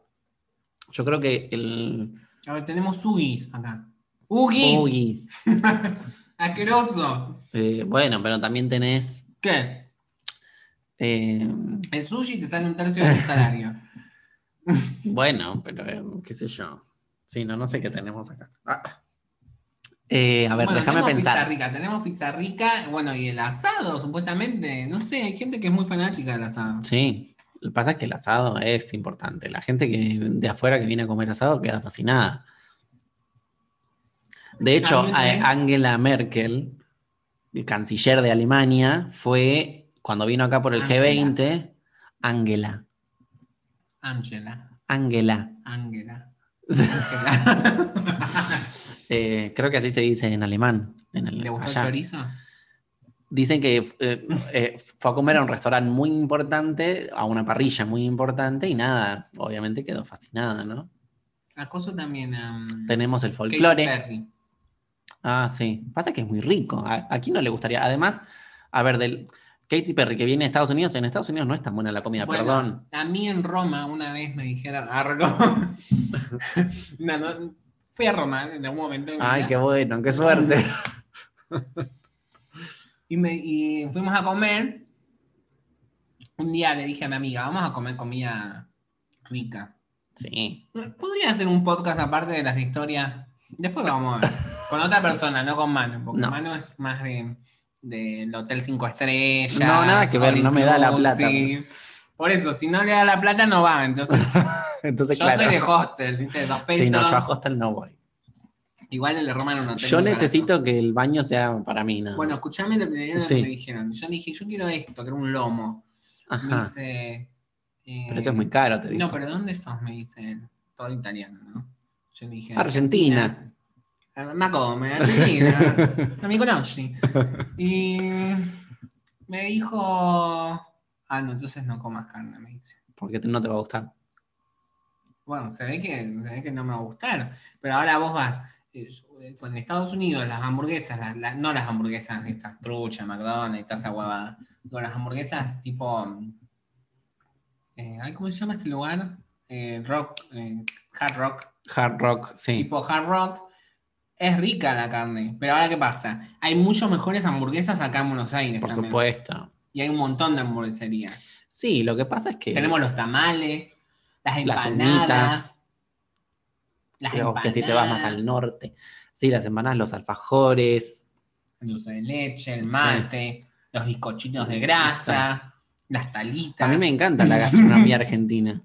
Speaker 1: Yo creo que el
Speaker 2: A ver, tenemos Ugis acá. ¡Ugis!
Speaker 1: Ugis,
Speaker 2: *laughs* ¡Asqueroso!
Speaker 1: eh, bueno, pero también tenés
Speaker 2: ¿Qué?
Speaker 1: eh,
Speaker 2: El sushi te sale un tercio
Speaker 1: *laughs*
Speaker 2: de tu salario.
Speaker 1: bueno, pero eh, qué sé yo. Sí, no, no sé qué tenemos acá. Ah. Eh, a ver,
Speaker 2: Bueno,
Speaker 1: déjame
Speaker 2: tenemos Pizza
Speaker 1: pensar.
Speaker 2: rica, tenemos pizza rica, bueno, y el asado, supuestamente. No sé, hay gente que es muy fanática del asado.
Speaker 1: Sí, lo que pasa es que el asado es importante. La gente que de afuera que viene a comer asado queda fascinada. De hecho,
Speaker 2: A mí me-
Speaker 1: a- Angela Merkel, el canciller de Alemania, fue cuando vino acá por el
Speaker 2: Angela.
Speaker 1: G20, Angela,
Speaker 2: Ángela,
Speaker 1: Angela.
Speaker 2: Ángela. Ángela.
Speaker 1: *laughs*
Speaker 2: *laughs*
Speaker 1: Eh, creo que así se dice en alemán. En el,
Speaker 2: ¿Le gustó el
Speaker 1: allá.
Speaker 2: chorizo?
Speaker 1: Dicen que eh, eh, fue a comer a un restaurante muy importante, a una parrilla muy importante, y nada, obviamente quedó fascinada, ¿no?
Speaker 2: Acoso también a. um,
Speaker 1: Tenemos el
Speaker 2: Katy
Speaker 1: folclore.
Speaker 2: Perry.
Speaker 1: Ah, sí. Pasa que es muy rico. A, aquí no le gustaría. Además, a ver, del Katy Perry que viene de Estados Unidos, en Estados Unidos no es tan buena la comida,
Speaker 2: Bueno,
Speaker 1: perdón.
Speaker 2: A mí en Roma una vez me dijeron. Argo. *laughs* no, no, fui a Roma en algún momento. de mi
Speaker 1: Ay,
Speaker 2: vida.
Speaker 1: qué bueno, qué suerte.
Speaker 2: Y, me, y fuimos a comer. Un día le dije a mi amiga, vamos a comer comida rica.
Speaker 1: Sí.
Speaker 2: Podría hacer un podcast aparte de las historias. Después lo vamos a
Speaker 1: *laughs*
Speaker 2: ver. Con otra persona, no con Manu, porque
Speaker 1: No.
Speaker 2: Manu es más de del hotel 5 estrellas.
Speaker 1: No, nada que ver,
Speaker 2: all
Speaker 1: no me da la plata.
Speaker 2: inclusive. Por eso, si no le da la plata, no va. Entonces, yo
Speaker 1: Entonces, claro.
Speaker 2: soy de hostel, ¿viste? De Dos pesos.
Speaker 1: si no, yo a hostel no voy.
Speaker 2: Igual el de Roma era un hotel.
Speaker 1: Yo
Speaker 2: muy barato.
Speaker 1: necesito que el baño sea para mí, nada
Speaker 2: Bueno,
Speaker 1: más.
Speaker 2: escuchame lo que lo que
Speaker 1: Sí.
Speaker 2: me dijeron. Yo le dije, yo quiero esto, que era un lomo. Me
Speaker 1: Ajá.
Speaker 2: dice. eh,
Speaker 1: Pero eso es muy caro, te digo.
Speaker 2: No, pero ¿dónde sos? Me dice él. Todo italiano, ¿no? Yo le dije.
Speaker 1: Argentina.
Speaker 2: "Ah, Ma
Speaker 1: *laughs*
Speaker 2: come, Argentina. No mi conosci. Y me dijo. Ah, no, entonces no comas carne, me dice.
Speaker 1: Porque te- no te va a gustar.
Speaker 2: Bueno, se ve que, se ve que no me va a gustar. Pero ahora vos vas. eh, Con Estados Unidos, las hamburguesas, las- las- no las hamburguesas, estas truchas, McDonald's, y toda esa huevada. Con las hamburguesas tipo. eh, ay, ¿Cómo se llama este lugar? Eh, rock, eh, Hard Rock.
Speaker 1: Hard rock, sí.
Speaker 2: tipo hard rock, es rica la carne. Pero ahora, ¿qué pasa? Hay muchas mejores hamburguesas acá en Buenos Aires.
Speaker 1: Por
Speaker 2: también.
Speaker 1: supuesto.
Speaker 2: Y hay un montón de hamburgueserías.
Speaker 1: Sí, lo que pasa es que
Speaker 2: Tenemos los tamales, las
Speaker 1: las
Speaker 2: empanadas.
Speaker 1: unitas,
Speaker 2: Las
Speaker 1: creo que si te vas más al norte. Sí, las empanadas, los alfajores.
Speaker 2: El dulce de leche, el mate, los bizcochitos de grasa, las talitas.
Speaker 1: A mí me encanta la gastronomía argentina.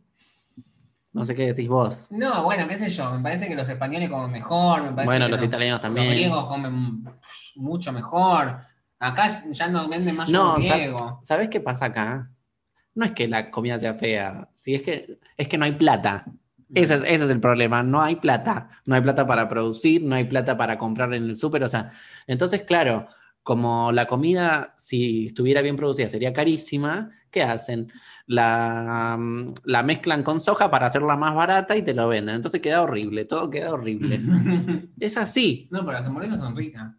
Speaker 1: No sé qué decís vos.
Speaker 2: No, bueno, qué sé yo, me parece que los españoles comen mejor. me parece
Speaker 1: Bueno,
Speaker 2: que
Speaker 1: los italianos también.
Speaker 2: Los griegos comen pff, mucho mejor. Acá ya no venden más
Speaker 1: No,
Speaker 2: yogur
Speaker 1: o sea,
Speaker 2: griego.
Speaker 1: ¿Sabés qué pasa acá? no es que la comida sea fea, sí, es que, es que no hay plata. Ese es, ese es el problema, no hay plata. No hay plata para producir, no hay plata para comprar en el súper, o sea, entonces, claro, como la comida, si estuviera bien producida, sería carísima, ¿qué hacen? La, mm, la mezclan con soja para hacerla más barata y te lo venden. Entonces queda horrible, todo queda horrible. es así.
Speaker 2: *laughs* No, pero las hamburguesas son ricas.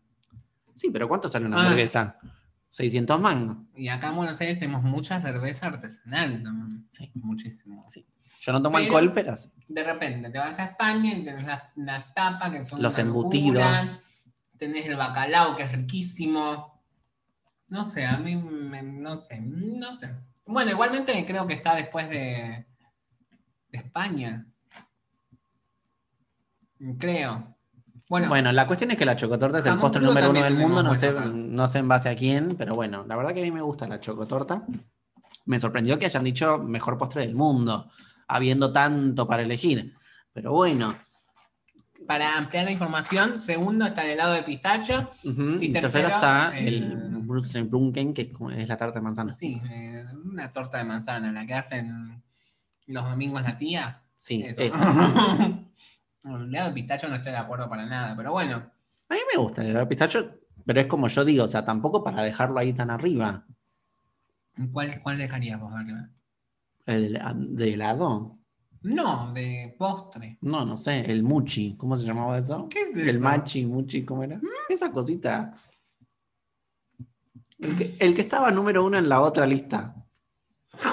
Speaker 1: Sí, pero ¿cuánto sale una
Speaker 2: Ah.
Speaker 1: hamburguesa? 600 mangos.
Speaker 2: Y acá en Buenos Aires tenemos mucha cerveza artesanal también.
Speaker 1: Sí.
Speaker 2: Muchísimo.
Speaker 1: Sí. Yo no tomo
Speaker 2: Pero-
Speaker 1: alcohol, pero sí.
Speaker 2: De repente te vas a España y tenés las, las tapas que son.
Speaker 1: Los
Speaker 2: una
Speaker 1: embutidos.
Speaker 2: locura. Tenés el bacalao que es riquísimo. No sé, a mí me- no sé, no sé. Bueno, igualmente creo que está después de, de España. Creo. Bueno,
Speaker 1: Bueno, la cuestión es que la chocotorta es el
Speaker 2: jamón
Speaker 1: postre
Speaker 2: crudo
Speaker 1: número uno del
Speaker 2: también
Speaker 1: mundo, no
Speaker 2: tenemos,
Speaker 1: sé,
Speaker 2: bueno, acá.
Speaker 1: no sé en base a quién, pero bueno, la verdad que a mí me gusta la chocotorta. Me sorprendió que hayan dicho mejor postre del mundo, habiendo tanto para elegir. Pero bueno,
Speaker 2: para ampliar la información, segundo está el helado de pistacho.
Speaker 1: Ujú,
Speaker 2: Y
Speaker 1: y
Speaker 2: tercero,
Speaker 1: tercero está
Speaker 2: eh,
Speaker 1: el Brunken, que es, como- es la tarta de manzana.
Speaker 2: Sí, eh, una torta de manzana, la que hacen los domingos la tía.
Speaker 1: Sí,
Speaker 2: Eso.
Speaker 1: es.
Speaker 2: *laughs* Bueno, el helado de pistacho no estoy de acuerdo para nada, pero bueno.
Speaker 1: A mí me gusta el helado de pistacho, pero es como yo digo, o sea, tampoco para dejarlo ahí tan arriba.
Speaker 2: ¿Cuál, cuál dejarías vos, Daniela?
Speaker 1: El, ¿De helado?
Speaker 2: No, de postre.
Speaker 1: No, no sé, el muchi, ¿cómo se llamaba eso?
Speaker 2: ¿Qué es
Speaker 1: El
Speaker 2: eso? Mm.
Speaker 1: machi, muchi, ¿cómo era? Esa cosita. El que, el que estaba número uno en la otra lista.
Speaker 2: *laughs*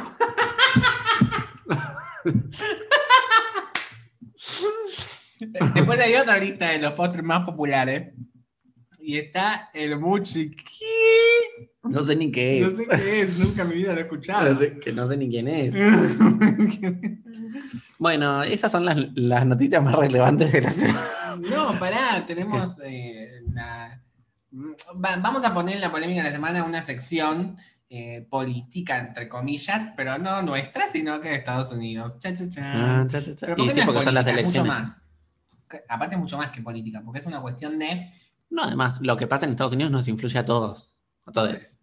Speaker 2: Después hay otra lista de los postres más populares. Y está el muchi. ¿Qué?
Speaker 1: No sé ni qué
Speaker 2: No
Speaker 1: es.
Speaker 2: sé qué es, nunca en mi vida lo he
Speaker 1: *laughs*
Speaker 2: escuchado.
Speaker 1: Que no sé ni quién es.
Speaker 2: *laughs*
Speaker 1: Bueno, esas son las, las noticias más relevantes
Speaker 2: Ah,
Speaker 1: de la semana.
Speaker 2: No, pará, tenemos eh, la- Va- Vamos a poner en la polémica de la semana una sección eh, política, entre comillas, pero no nuestra, sino que de Estados Unidos. Cha, cha, cha.
Speaker 1: Ah, cha, cha, cha.
Speaker 2: Pero
Speaker 1: Y
Speaker 2: qué
Speaker 1: sí,
Speaker 2: no es
Speaker 1: porque son las
Speaker 2: política? Mucho
Speaker 1: elecciones.
Speaker 2: más. Que- Aparte, mucho más que política, porque es una cuestión de.
Speaker 1: No, además, lo que pasa en Estados Unidos nos influye a todos. A todos.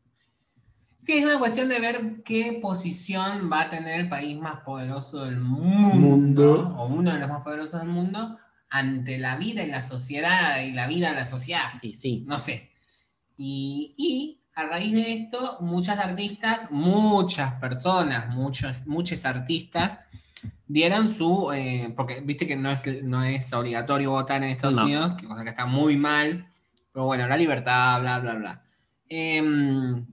Speaker 2: Sí, es una cuestión de ver qué posición va a tener el país más poderoso del mundo,
Speaker 1: Mundo.
Speaker 2: o uno de los más poderosos del mundo, ante la vida y la sociedad y la vida de la sociedad.
Speaker 1: Y sí.
Speaker 2: no sé. Y, y a raíz de esto, muchas artistas, muchas personas, muchos, muchos artistas dieron su, eh, porque viste que no es, no es obligatorio votar en Estados
Speaker 1: No.
Speaker 2: Unidos, que cosa que está muy mal, pero bueno, la libertad, bla, bla, bla. Em,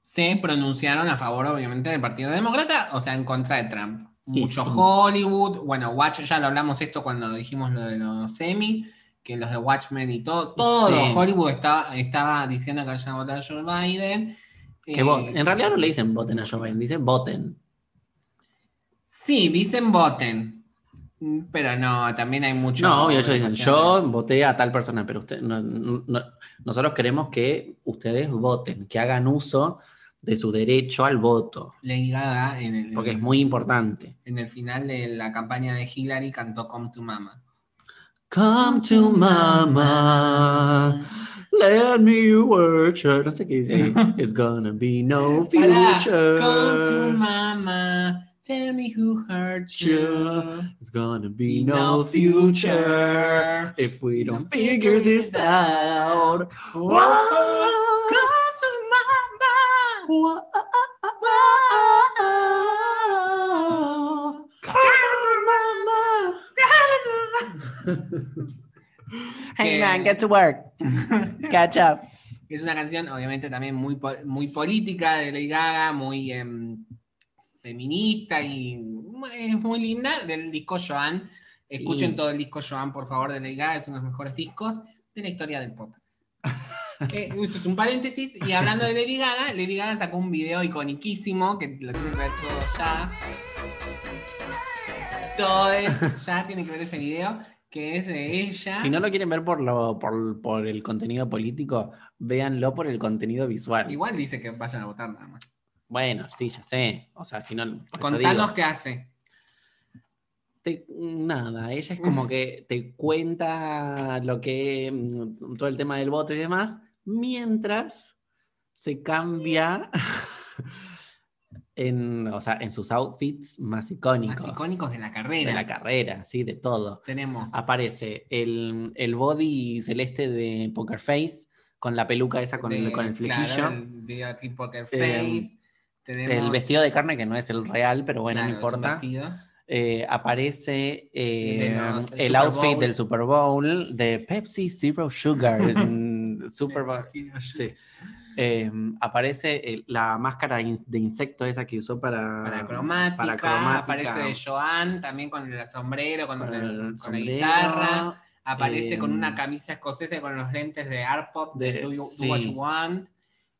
Speaker 2: se pronunciaron a favor, obviamente, del Partido Demócrata, o sea, en contra de Trump.
Speaker 1: Y
Speaker 2: Mucho
Speaker 1: sí.
Speaker 2: Hollywood, bueno, Watch, ya lo hablamos esto cuando dijimos lo de los semi, que los de Watchmen y todo, todo
Speaker 1: Sí.
Speaker 2: Hollywood estaba, estaba diciendo que vayan a votar a Joe Biden.
Speaker 1: Que
Speaker 2: Eh,
Speaker 1: voten. En realidad no le dicen voten a Joe Biden, dicen voten.
Speaker 2: Sí, dicen voten. Mm, Pero no, también hay mucho.
Speaker 1: no, obvio, ellos dicen, yo voté a tal persona, pero usted, no- no- nosotros queremos que ustedes voten, que hagan uso de su derecho al voto,
Speaker 2: Lady Gaga en el,
Speaker 1: porque es muy importante.
Speaker 2: en el final de la campaña de Hillary cantó Come to Mama.
Speaker 1: Come to mama, let me watch her. No sé qué dice. *laughs* ahí. It's gonna be no
Speaker 2: Pará, Come to
Speaker 1: future.
Speaker 2: Mama, tell me who hurt you.
Speaker 1: It's gonna be no future. If we don't figure this out, Wow.
Speaker 2: Hey, man, get
Speaker 1: to
Speaker 2: *laughs*
Speaker 1: work. Catch up.
Speaker 2: Es una canción, obviamente, también muy, po- muy política de Lady Gaga, muy em, feminista y mu- es muy linda del disco Joan. Escuchen todo el disco Joan, por favor, de Lady Gaga, es uno de los mejores discos de la historia
Speaker 1: *laughs*
Speaker 2: del pop. Eh, eso es un paréntesis. Y hablando de Lady Gaga, Lady Gaga sacó un video iconiquísimo que lo tienen que ver todos ya. Todos ya tienen que ver ese video, que es de ella.
Speaker 1: Si no lo quieren ver por, lo, por, por el contenido político, véanlo por el contenido visual.
Speaker 2: Igual dice que vayan a votar nada más.
Speaker 1: Bueno, sí, ya sé. O sea, si no. por eso digo.
Speaker 2: Contanos qué hace.
Speaker 1: te- nada, ella es
Speaker 2: *laughs*
Speaker 1: como que te cuenta lo que, mm, todo el tema del voto y demás, mientras se cambia *laughs* en, o sea, en sus outfits más icónicos.
Speaker 2: Más icónicos de la carrera.
Speaker 1: de la Ah, carrera, sí, de todo.
Speaker 2: Tenemos.
Speaker 1: Aparece el, el body celeste de Poker Face con la peluca esa con, el,
Speaker 2: de-
Speaker 1: con el
Speaker 2: claro,
Speaker 1: flequillo.
Speaker 2: el de aquí Poker
Speaker 1: Eh,
Speaker 2: Face.
Speaker 1: el,
Speaker 2: tenemos,
Speaker 1: vestido de carne que no es el real, pero bueno,
Speaker 2: claro,
Speaker 1: no importa.
Speaker 2: es un vestido.
Speaker 1: Eh, aparece eh,
Speaker 2: de los-
Speaker 1: el,
Speaker 2: el Super
Speaker 1: outfit
Speaker 2: Bowl.
Speaker 1: del Super Bowl de Pepsi Zero
Speaker 2: *laughs*
Speaker 1: Sugar. mm, Super Bowl.
Speaker 2: Sí,
Speaker 1: Sí. Eh, aparece el- la máscara in- de insecto esa que usó para,
Speaker 2: Para cromática,
Speaker 1: Ah, para cromática,
Speaker 2: aparece Joan también con el sombrero, con,
Speaker 1: con
Speaker 2: el-
Speaker 1: el
Speaker 2: con la
Speaker 1: sombrero,
Speaker 2: guitarra, aparece
Speaker 1: eh,
Speaker 2: con una camisa escocesa y con los lentes de Arpop de,
Speaker 1: de-
Speaker 2: Do, You- Do
Speaker 1: sí.
Speaker 2: What You Want,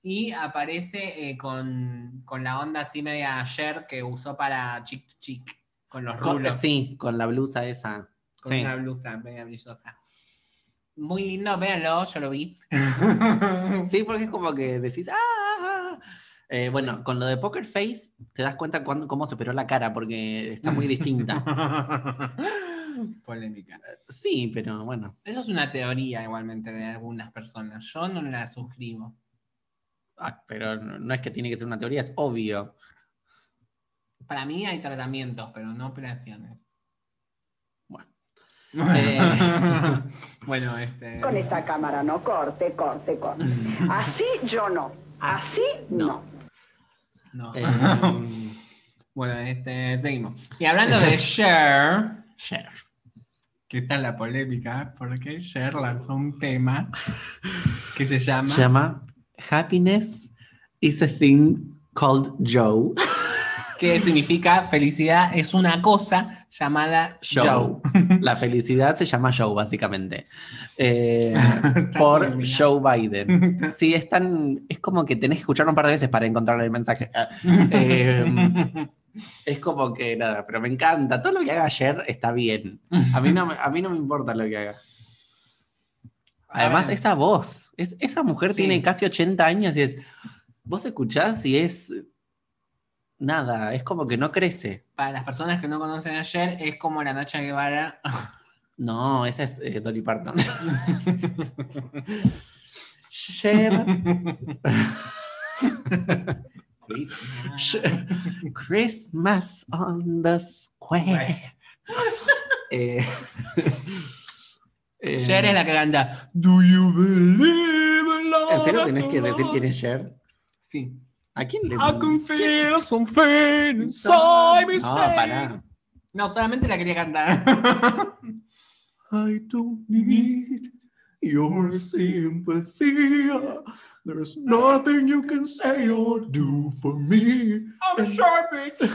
Speaker 2: y aparece eh, con, con la onda así media ayer que usó para Chick to Chick, con los
Speaker 1: con-
Speaker 2: rulos,
Speaker 1: sí, con la blusa esa.
Speaker 2: con
Speaker 1: sí. *laughs*
Speaker 2: una blusa media brillosa. Muy lindo, véanlo, yo lo vi.
Speaker 1: Sí, porque es como que decís, "Ah, ah, ah". Eh, bueno, con lo de Poker Face te das cuenta cuándo- cómo se operó la cara, porque está muy
Speaker 2: *laughs*
Speaker 1: distinta.
Speaker 2: Polémica.
Speaker 1: Sí, pero bueno.
Speaker 2: Eso es una teoría igualmente de algunas personas. Yo no la suscribo.
Speaker 1: Ah, pero no no es que tiene que ser una teoría, es obvio.
Speaker 2: Para mí hay tratamientos, pero no operaciones.
Speaker 1: Bueno.
Speaker 2: Eh,
Speaker 1: *laughs*
Speaker 2: bueno, este.
Speaker 5: Con esta cámara, no, corte, corte, corte. Así yo no, así no.
Speaker 2: No.
Speaker 1: Eh,
Speaker 2: bueno, este, seguimos. Y hablando de Cher,
Speaker 1: Cher.
Speaker 2: que esta es la polémica, porque Cher lanzó un tema que se llama.
Speaker 1: Se llama Happiness is a thing called Joe.
Speaker 2: que significa felicidad es una cosa llamada show.
Speaker 1: Joe. La felicidad se llama Joe, básicamente. *laughs* Eh,
Speaker 2: Estás
Speaker 1: por
Speaker 2: iluminado.
Speaker 1: Joe *laughs* Biden. Sí, es tan. Es como que tenés que escuchar un par de veces para encontrar el *laughs* mensaje. Ah, eh, es como que nada, pero me encanta. Todo lo que haga ayer está bien. A mí no, me- a mí no me importa lo que haga. Además,
Speaker 2: Ahora-
Speaker 1: esa voz. es- esa mujer
Speaker 2: Sí.
Speaker 1: tiene casi 80 años y es. Vos escuchás y es. Nada, es como que no crece.
Speaker 2: *laughs* Para las personas que no conocen a Cher, es como la
Speaker 1: *laughs*
Speaker 2: Nacha Guevara.
Speaker 1: No, esa es eh, Dolly Parton. *laughs* Cher. Cher- Christmas on the Square. Eh, eh,
Speaker 2: Cher es la que canta Do you believe in love?
Speaker 1: ¿En serio tenés que decir quién es Cher?
Speaker 2: Sí.
Speaker 1: ¿A quién le
Speaker 2: I can feel something inside me
Speaker 1: No,
Speaker 2: saying-
Speaker 1: pará.
Speaker 2: No, solamente la quería cantar. *laughs*
Speaker 1: I don't need your sympathy. There's nothing you can say or do for me.
Speaker 2: I'm sure, bitch.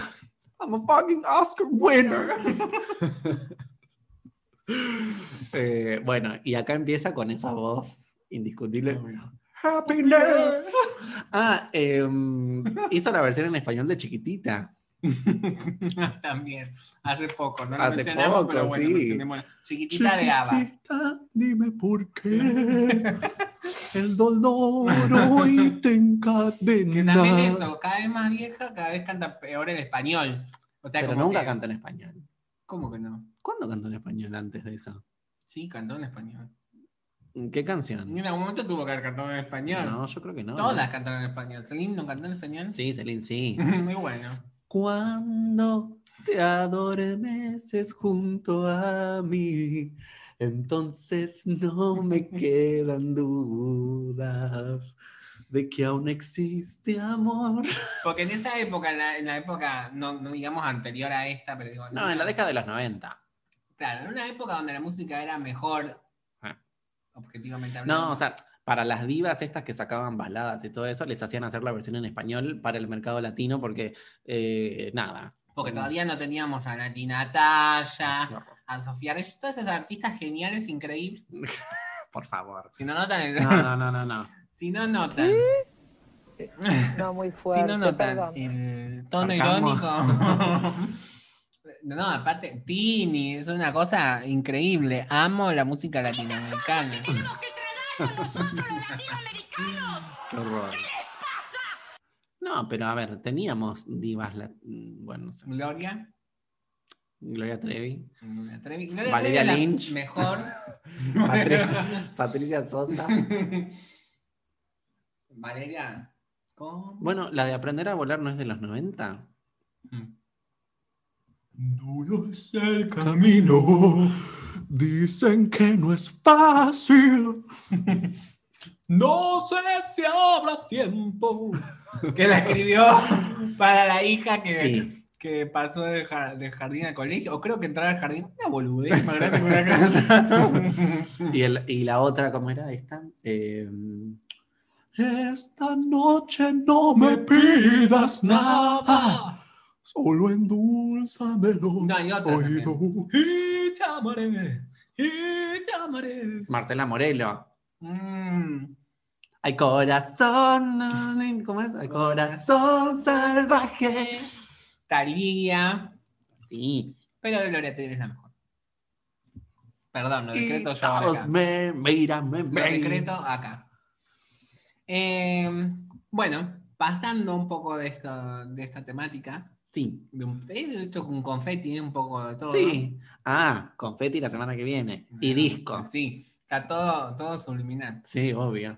Speaker 1: I'm a fucking Oscar winner. Eh, bueno, y acá empieza con esa voz indiscutible.
Speaker 2: *laughs*
Speaker 1: Happiness. Ah, em, hizo la versión en español de chiquitita.
Speaker 2: También. Hace poco, no lo
Speaker 1: Hace
Speaker 2: mencionamos,
Speaker 1: poco,
Speaker 2: pero bueno,
Speaker 1: sí.
Speaker 2: mencionémosla. Chiquitita de Ava.
Speaker 1: Chiquitita, dime por qué el dolor hoy te
Speaker 2: Que también
Speaker 1: encadena.
Speaker 2: eso, cada vez más vieja, cada vez canta peor el español. O sea,
Speaker 1: Pero
Speaker 2: como
Speaker 1: nunca
Speaker 2: que-
Speaker 1: cantó en español.
Speaker 2: ¿Cómo que no?
Speaker 1: ¿Cuándo cantó en español antes de eso?
Speaker 2: Sí, cantó en español.
Speaker 1: ¿Qué canción?
Speaker 2: En algún momento tuvo que haber cantado en español.
Speaker 1: No, yo creo que no.
Speaker 2: Todas cantaron en español. Celine no cantó en español.
Speaker 1: Sí, Celine, sí.
Speaker 2: *laughs* Muy bueno.
Speaker 1: Cuando te adormeces junto a mí, entonces no *laughs* me quedan dudas de que aún existe amor.
Speaker 2: Porque en esa época, en la, en la época, no, no digamos anterior a esta, pero digo.
Speaker 1: No, en la década de los 90.
Speaker 2: Claro, en una época donde la música era mejor,
Speaker 1: Ah.
Speaker 2: objetivamente hablando.
Speaker 1: No, o sea, para las divas estas que sacaban baladas y todo eso, les hacían hacer la versión en español para el mercado latino porque, eh, nada.
Speaker 2: Porque todavía no teníamos a Nati Natalia,
Speaker 1: horror.
Speaker 2: a Sofía Reyes, todas esas artistas geniales, increíbles.
Speaker 1: Por favor.
Speaker 2: Si no notan, el-
Speaker 1: No, no, no, no, no.
Speaker 2: *laughs* si no notan,
Speaker 4: No, muy
Speaker 2: si
Speaker 4: fuerte.
Speaker 2: no notan
Speaker 4: perdón.
Speaker 2: el tono
Speaker 1: Sarcasmo. *laughs*
Speaker 2: irónico. No, no, aparte, Tini, es una cosa increíble. Amo la música latinoamericana.
Speaker 3: Tenemos que tragar a nosotros los latinoamericanos.
Speaker 1: Qué horror. No, pero a ver, teníamos divas, la- mm, bueno, no sé,
Speaker 2: Gloria.
Speaker 1: Gloria Trevi,
Speaker 2: Gloria Trevi. Gloria
Speaker 1: Valeria
Speaker 2: Trevi es la
Speaker 1: Lynch. *laughs*
Speaker 2: Mejor.
Speaker 1: Patri- Patricia Sosa,
Speaker 2: *laughs* Valeria. ¿Cómo?
Speaker 1: Bueno, la de aprender a volar no es de los 90.
Speaker 6: Duro es el camino, dicen que no es fácil. No sé si habrá tiempo.
Speaker 2: *laughs* Que la escribió para la hija que,
Speaker 1: Sí.
Speaker 2: que pasó del ja- del jardín al colegio. O creo que entrar al jardín. Una boludez más grande que
Speaker 6: *laughs*
Speaker 2: una casa.
Speaker 1: Y, el- y la otra, ¿cómo era esta? Eh,
Speaker 6: Esta noche no me pidas *laughs* nada, solo endulzamelo.
Speaker 2: No, hay otra también.
Speaker 6: Y te amaré, y te amaré.
Speaker 1: Marcela Morelo.
Speaker 2: Mm.
Speaker 1: Hay corazón, ¿cómo es? Hay corazón salvaje.
Speaker 2: Talía.
Speaker 1: Sí.
Speaker 2: Pero Gloria Trevi es la mejor. Perdón, lo
Speaker 1: Y
Speaker 2: decreto yo ahora
Speaker 1: todos
Speaker 2: acá.
Speaker 1: me miran, me
Speaker 2: Lo
Speaker 1: ven.
Speaker 2: decreto acá. Eh, bueno, pasando un poco de, esto, de esta temática,
Speaker 1: Sí.
Speaker 2: de un, eh, esto con confeti, un poco de todo.
Speaker 1: Sí. Ah, confeti la semana que viene.
Speaker 2: ¿no?
Speaker 1: Y disco.
Speaker 2: Sí, está todo, todo subliminal. *laughs*
Speaker 1: Sí, obvio.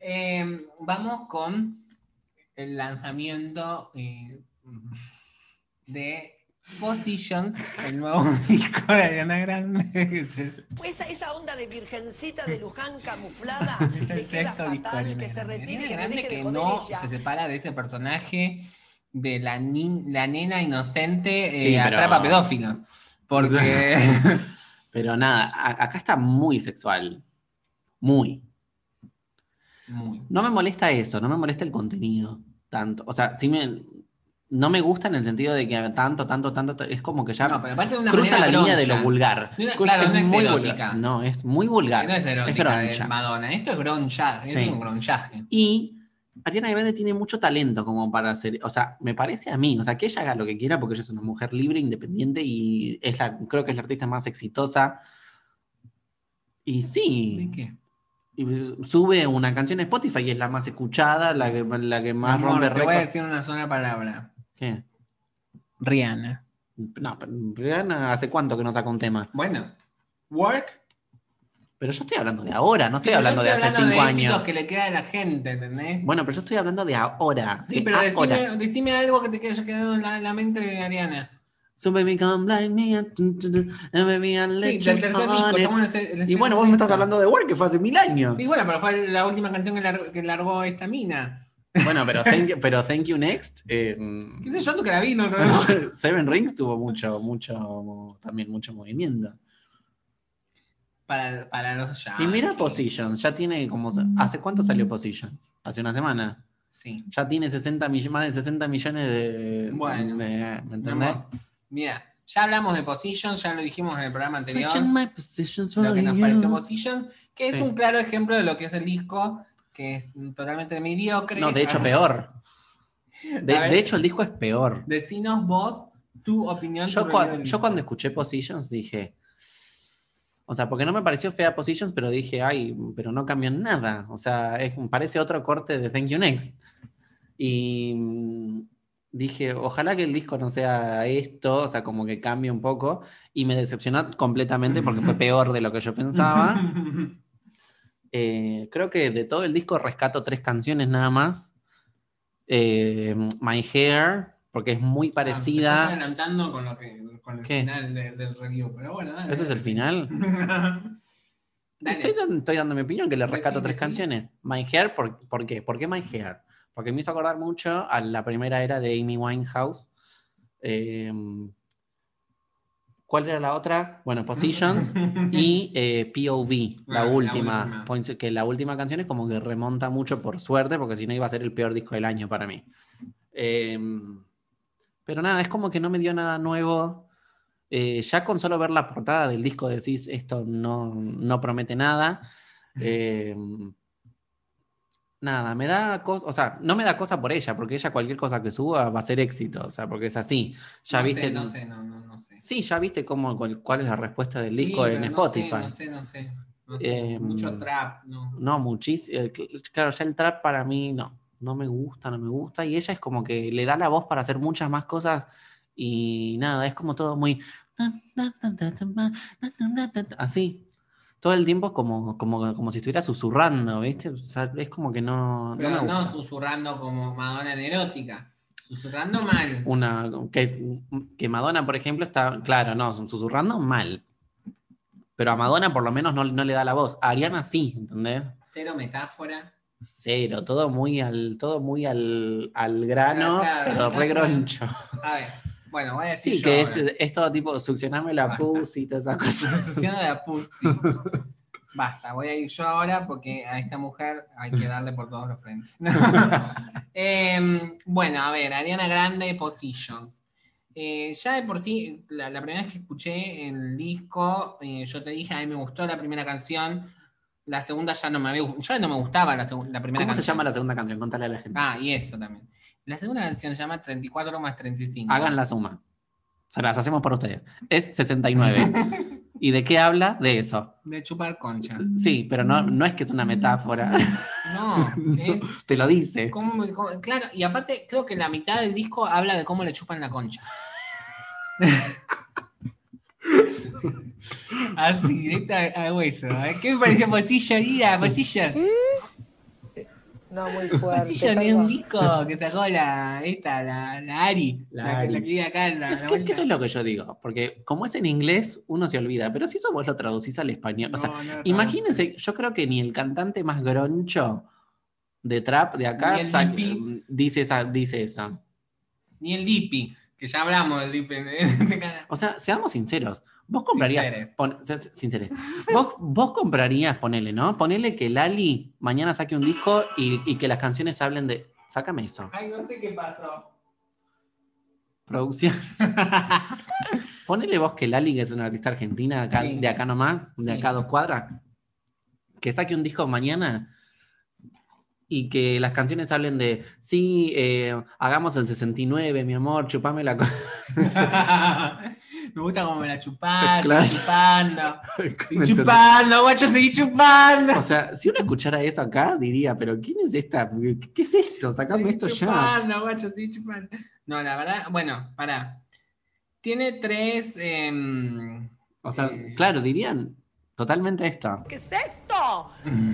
Speaker 2: Eh, vamos con el lanzamiento eh, de Positions, el nuevo *laughs* disco de Ariana Grande. que se-
Speaker 7: Esa, esa onda de virgencita de Luján
Speaker 2: *laughs*
Speaker 7: camuflada
Speaker 2: Es el
Speaker 7: que queda
Speaker 2: sexto disco de
Speaker 7: fatal,
Speaker 2: Ariana
Speaker 7: que se
Speaker 2: Grande.
Speaker 7: retire, que
Speaker 2: Ariana
Speaker 7: me
Speaker 2: Grande
Speaker 7: deje de
Speaker 2: que
Speaker 7: joder
Speaker 2: no
Speaker 7: ella.
Speaker 2: se separa de ese personaje de la, ni- la nena inocente eh,
Speaker 1: Sí, pero-
Speaker 2: atrapa pedófilos.
Speaker 1: *laughs*
Speaker 2: Porque *laughs*
Speaker 1: Pero nada, a- acá está muy sexual. Muy.
Speaker 2: Muy.
Speaker 1: No me molesta eso, no me molesta el contenido tanto. O sea, sí me. No me gusta en el sentido de que tanto, tanto, tanto. t- Es como que ya
Speaker 2: No, pero aparte de una
Speaker 1: cruza la
Speaker 2: manera
Speaker 1: línea de
Speaker 2: groncha.
Speaker 1: lo vulgar.
Speaker 2: No, no,
Speaker 1: Cruza-
Speaker 2: claro, no es
Speaker 1: muy
Speaker 2: erótica.
Speaker 1: vulgar. No, es muy vulgar.
Speaker 2: No es erótica de
Speaker 1: groncha.
Speaker 2: Madonna, esto es groncha, esto
Speaker 1: Sí.
Speaker 2: es un gronchaje.
Speaker 1: Y Ariana Grande tiene mucho talento como para hacer, o sea, me parece a mí, o sea, que ella haga lo que quiera porque ella es una mujer libre, independiente y es la, creo que es la artista más exitosa. Y
Speaker 2: ¿De
Speaker 1: sí,
Speaker 2: qué?
Speaker 1: y sube una canción a Spotify y es la más escuchada, la que, la que más
Speaker 2: Amor,
Speaker 1: rompe
Speaker 2: te voy a
Speaker 1: récords.
Speaker 2: decir una sola palabra.
Speaker 1: ¿Qué?
Speaker 2: Rihanna.
Speaker 1: No, pero Rihanna hace cuánto que no saca un tema.
Speaker 2: Bueno, Work.
Speaker 1: Pero yo estoy hablando de ahora, no estoy
Speaker 2: Sí,
Speaker 1: hablando
Speaker 2: yo
Speaker 1: de
Speaker 2: estoy
Speaker 1: hace
Speaker 2: hablando
Speaker 1: cinco
Speaker 2: de éxitos
Speaker 1: años.
Speaker 2: que le queda a la gente, ¿entendés?
Speaker 1: Bueno, ah, pero yo estoy hablando de ahora.
Speaker 2: Sí,
Speaker 1: de
Speaker 2: pero
Speaker 1: ahora.
Speaker 2: decime, decime algo que te haya quedado en la, en la mente de Ariana.
Speaker 1: So baby come like me ah, and tu, tu, tu, and baby I'll
Speaker 2: Sí,
Speaker 1: let
Speaker 2: del
Speaker 1: you
Speaker 2: tercer
Speaker 1: on
Speaker 2: disco.
Speaker 1: it.
Speaker 2: estamos en el se- en el
Speaker 1: Y
Speaker 2: tercer
Speaker 1: bueno, vos me estás
Speaker 2: disco.
Speaker 1: hablando de War que fue hace mil años.
Speaker 2: Y bueno, pero fue la última canción que, lar- que largó esta mina.
Speaker 1: Bueno,
Speaker 2: *laughs*
Speaker 1: pero Thank You, pero thank you Next, eh, mm,
Speaker 2: ¿Qué sé yo? Nunca
Speaker 1: *laughs*
Speaker 2: la vi, no no, no.
Speaker 1: Seven Rings tuvo mucho, mucho, también mucho movimiento.
Speaker 2: Para, para los ya.
Speaker 1: Y mira Positions, ya tiene como, ¿hace cuánto salió Positions? Hace una semana.
Speaker 2: Sí.
Speaker 1: Ya tiene 60 mill- más de 60 millones de...
Speaker 2: Bueno.
Speaker 1: de- ¿Me
Speaker 2: Mi
Speaker 1: entendés?
Speaker 2: amor, Mira, ya hablamos de Position, ya lo dijimos en el programa anterior.
Speaker 1: Switching my positions
Speaker 2: Lo que
Speaker 1: for
Speaker 2: nos
Speaker 1: you.
Speaker 2: pareció Position, que es
Speaker 1: Sí.
Speaker 2: un claro ejemplo de lo que es el disco, que es totalmente mediocre.
Speaker 1: No, de hecho
Speaker 2: *laughs*
Speaker 1: peor. De,
Speaker 2: A ver.
Speaker 1: de hecho el disco es peor.
Speaker 2: Decinos vos tu opinión
Speaker 1: Yo,
Speaker 2: sobre
Speaker 1: cua-
Speaker 2: el
Speaker 1: yo
Speaker 2: disco.
Speaker 1: cuando escuché Positions dije, o sea, porque no me pareció fea Positions, pero dije, ay, pero no cambió nada. O sea, es- parece otro corte de Thank You Next. Y mm, dije, ojalá que el disco no sea esto, o sea, como que cambie un poco. Y me decepcionó completamente porque fue peor de lo que yo
Speaker 2: *laughs*
Speaker 1: pensaba. Eh, creo que de todo el disco rescato tres canciones nada más. Eh, My Hair, porque es muy
Speaker 2: Ah, te estás
Speaker 1: parecida.
Speaker 2: adelantando con, lo que- con el
Speaker 1: ¿Qué?
Speaker 2: final de- del review, pero bueno. dale.
Speaker 1: ¿Ese es el final?
Speaker 2: *laughs* Dale.
Speaker 1: Estoy, dan- estoy dando mi opinión, que le
Speaker 2: Decí,
Speaker 1: rescato tres
Speaker 2: decí.
Speaker 1: canciones. My Hair, ¿por, por qué? ¿Por qué My Hair? Porque me hizo acordar mucho a la primera era de Amy Winehouse. Eh, ¿Cuál era la otra? Bueno, Positions
Speaker 2: *laughs*
Speaker 1: y eh, POV, la,
Speaker 2: Claro, Ah, la
Speaker 1: última.
Speaker 2: última.
Speaker 1: Points- Que la última canción es como que remonta mucho por suerte, porque si no iba a ser el peor disco del año para mí. Eh, pero nada, es como que no me dio nada nuevo. Eh, ya con solo ver la portada del disco decís, esto no, no promete nada. Eh, nada, me da cosa, o sea, no me da cosa por ella, porque ella cualquier cosa que suba va a ser éxito, o sea, porque es así. Ya
Speaker 2: no
Speaker 1: viste,
Speaker 2: Sé, no sé, no, no, no sé.
Speaker 1: Sí, ya viste cómo, cuál, cuál es la respuesta del
Speaker 2: Sí,
Speaker 1: disco
Speaker 2: pero
Speaker 1: en
Speaker 2: no
Speaker 1: Spotify.
Speaker 2: sé, no sé, no sé. No sé,
Speaker 1: Eh,
Speaker 2: mucho trap, no.
Speaker 1: No, muchísimo. Claro, ya el trap para mí no. No me gusta, no me gusta. Y ella es como que le da la voz para hacer muchas más cosas. Y nada, es como todo muy. Así. todo el tiempo como, como, como si estuviera susurrando, ¿viste? O sea, es como que no.
Speaker 2: Pero
Speaker 1: no
Speaker 2: no,
Speaker 1: me gusta.
Speaker 2: susurrando como Madonna en erótica. Susurrando mal.
Speaker 1: Una, que, que Madonna, por ejemplo, está, claro, no, susurrando mal. Pero a Madonna por lo menos no, no le da la voz. A Ariana sí, ¿entendés?
Speaker 2: Cero metáfora.
Speaker 1: Cero, todo muy al, todo muy al, al grano,
Speaker 2: Claro, claro,
Speaker 1: pero re
Speaker 2: claro.
Speaker 1: groncho.
Speaker 2: A ver, bueno, voy a decir.
Speaker 1: Sí,
Speaker 2: yo
Speaker 1: que es,
Speaker 2: ahora.
Speaker 1: es todo tipo, succioname la
Speaker 2: Basta.
Speaker 1: pus y todas esas cosas.
Speaker 2: Succiono de la
Speaker 1: *laughs*
Speaker 2: pussy. Basta, voy a ir yo ahora porque a esta mujer hay que darle por todos los frentes. *laughs* Em, bueno, a ver, Ariana Grande Positions. Eh, ya de por sí, la, la primera vez que escuché el disco, eh, yo te dije, a mí me gustó la primera canción, la segunda ya no me, había- ya no me gustaba la, segu- la primera
Speaker 1: ¿Cómo se
Speaker 2: canción.
Speaker 1: llama la segunda canción? Contale a la gente.
Speaker 2: Ah, y eso también. La segunda canción se llama 34 más 35.
Speaker 1: Hagan la suma. Se las hacemos por ustedes. Es 69. ¿Y de qué habla? De eso.
Speaker 2: De
Speaker 1: *laughs*
Speaker 2: chupar concha.
Speaker 1: Sí, pero no, no es que es una metáfora. *laughs*
Speaker 2: No, es
Speaker 1: Te lo dice.
Speaker 2: cómo- cómo- claro, y aparte creo que la mitad del disco habla de cómo le chupan la concha. Así, directa al hueso. ¿eh? ¿Qué me pareció Position? Ira, Position.
Speaker 4: No muy fuerte.
Speaker 2: Position es un
Speaker 4: perdón.
Speaker 2: disco que sacó la, esta, la, la Ari.
Speaker 1: La
Speaker 2: La, que-
Speaker 1: Ari.
Speaker 2: la que vive acá en la,
Speaker 1: Es
Speaker 2: la
Speaker 1: que, es que
Speaker 2: vuelta.
Speaker 1: eso es lo que yo digo, porque como es en inglés, uno se olvida, pero si eso vos lo traducís al español, o sea,
Speaker 2: No, no, no.
Speaker 1: imagínense, yo creo que ni el cantante más groncho de trap de acá
Speaker 2: Ni el
Speaker 1: sa-
Speaker 2: hippie.
Speaker 1: dice, esa, dice eso.
Speaker 2: Ni el Dipi, que ya hablamos del ¿eh? Dipi. de-
Speaker 1: O sea, seamos sinceros, vos comprarías,
Speaker 2: Sinceres.
Speaker 1: pon- se- se- sinceres. vos, vos comprarías, ponele, ¿no? Ponele que Lali mañana saque un disco y, y que las canciones hablen de, sácame eso,
Speaker 2: *laughs* Ay, no sé qué pasó. *laughs*
Speaker 1: producción. Ponele vos que Lali, que es una artista argentina acá-
Speaker 2: Sí.
Speaker 1: de acá nomás, de
Speaker 2: Sí.
Speaker 1: acá a dos cuadras, que saque un disco mañana y que las canciones hablen de, sí, eh, hagamos el 69, mi amor, chupame la cosa.
Speaker 2: *laughs* me gusta como me la chupás,
Speaker 1: Claro. *laughs*
Speaker 2: seguí chupando. Seguí chupando, guacho, seguí chupando.
Speaker 1: *laughs* O sea, si uno escuchara eso acá, diría, pero ¿quién es esta? ¿Qué- ¿Qué es esto? Sacame
Speaker 2: Seguí
Speaker 1: esto ya.
Speaker 2: chupando, guacho, seguí chupando. No, la verdad, bueno, pará. Tiene tres. em,
Speaker 1: O sea,
Speaker 2: eh,
Speaker 1: claro, dirían totalmente esto.
Speaker 5: ¿Qué es esto?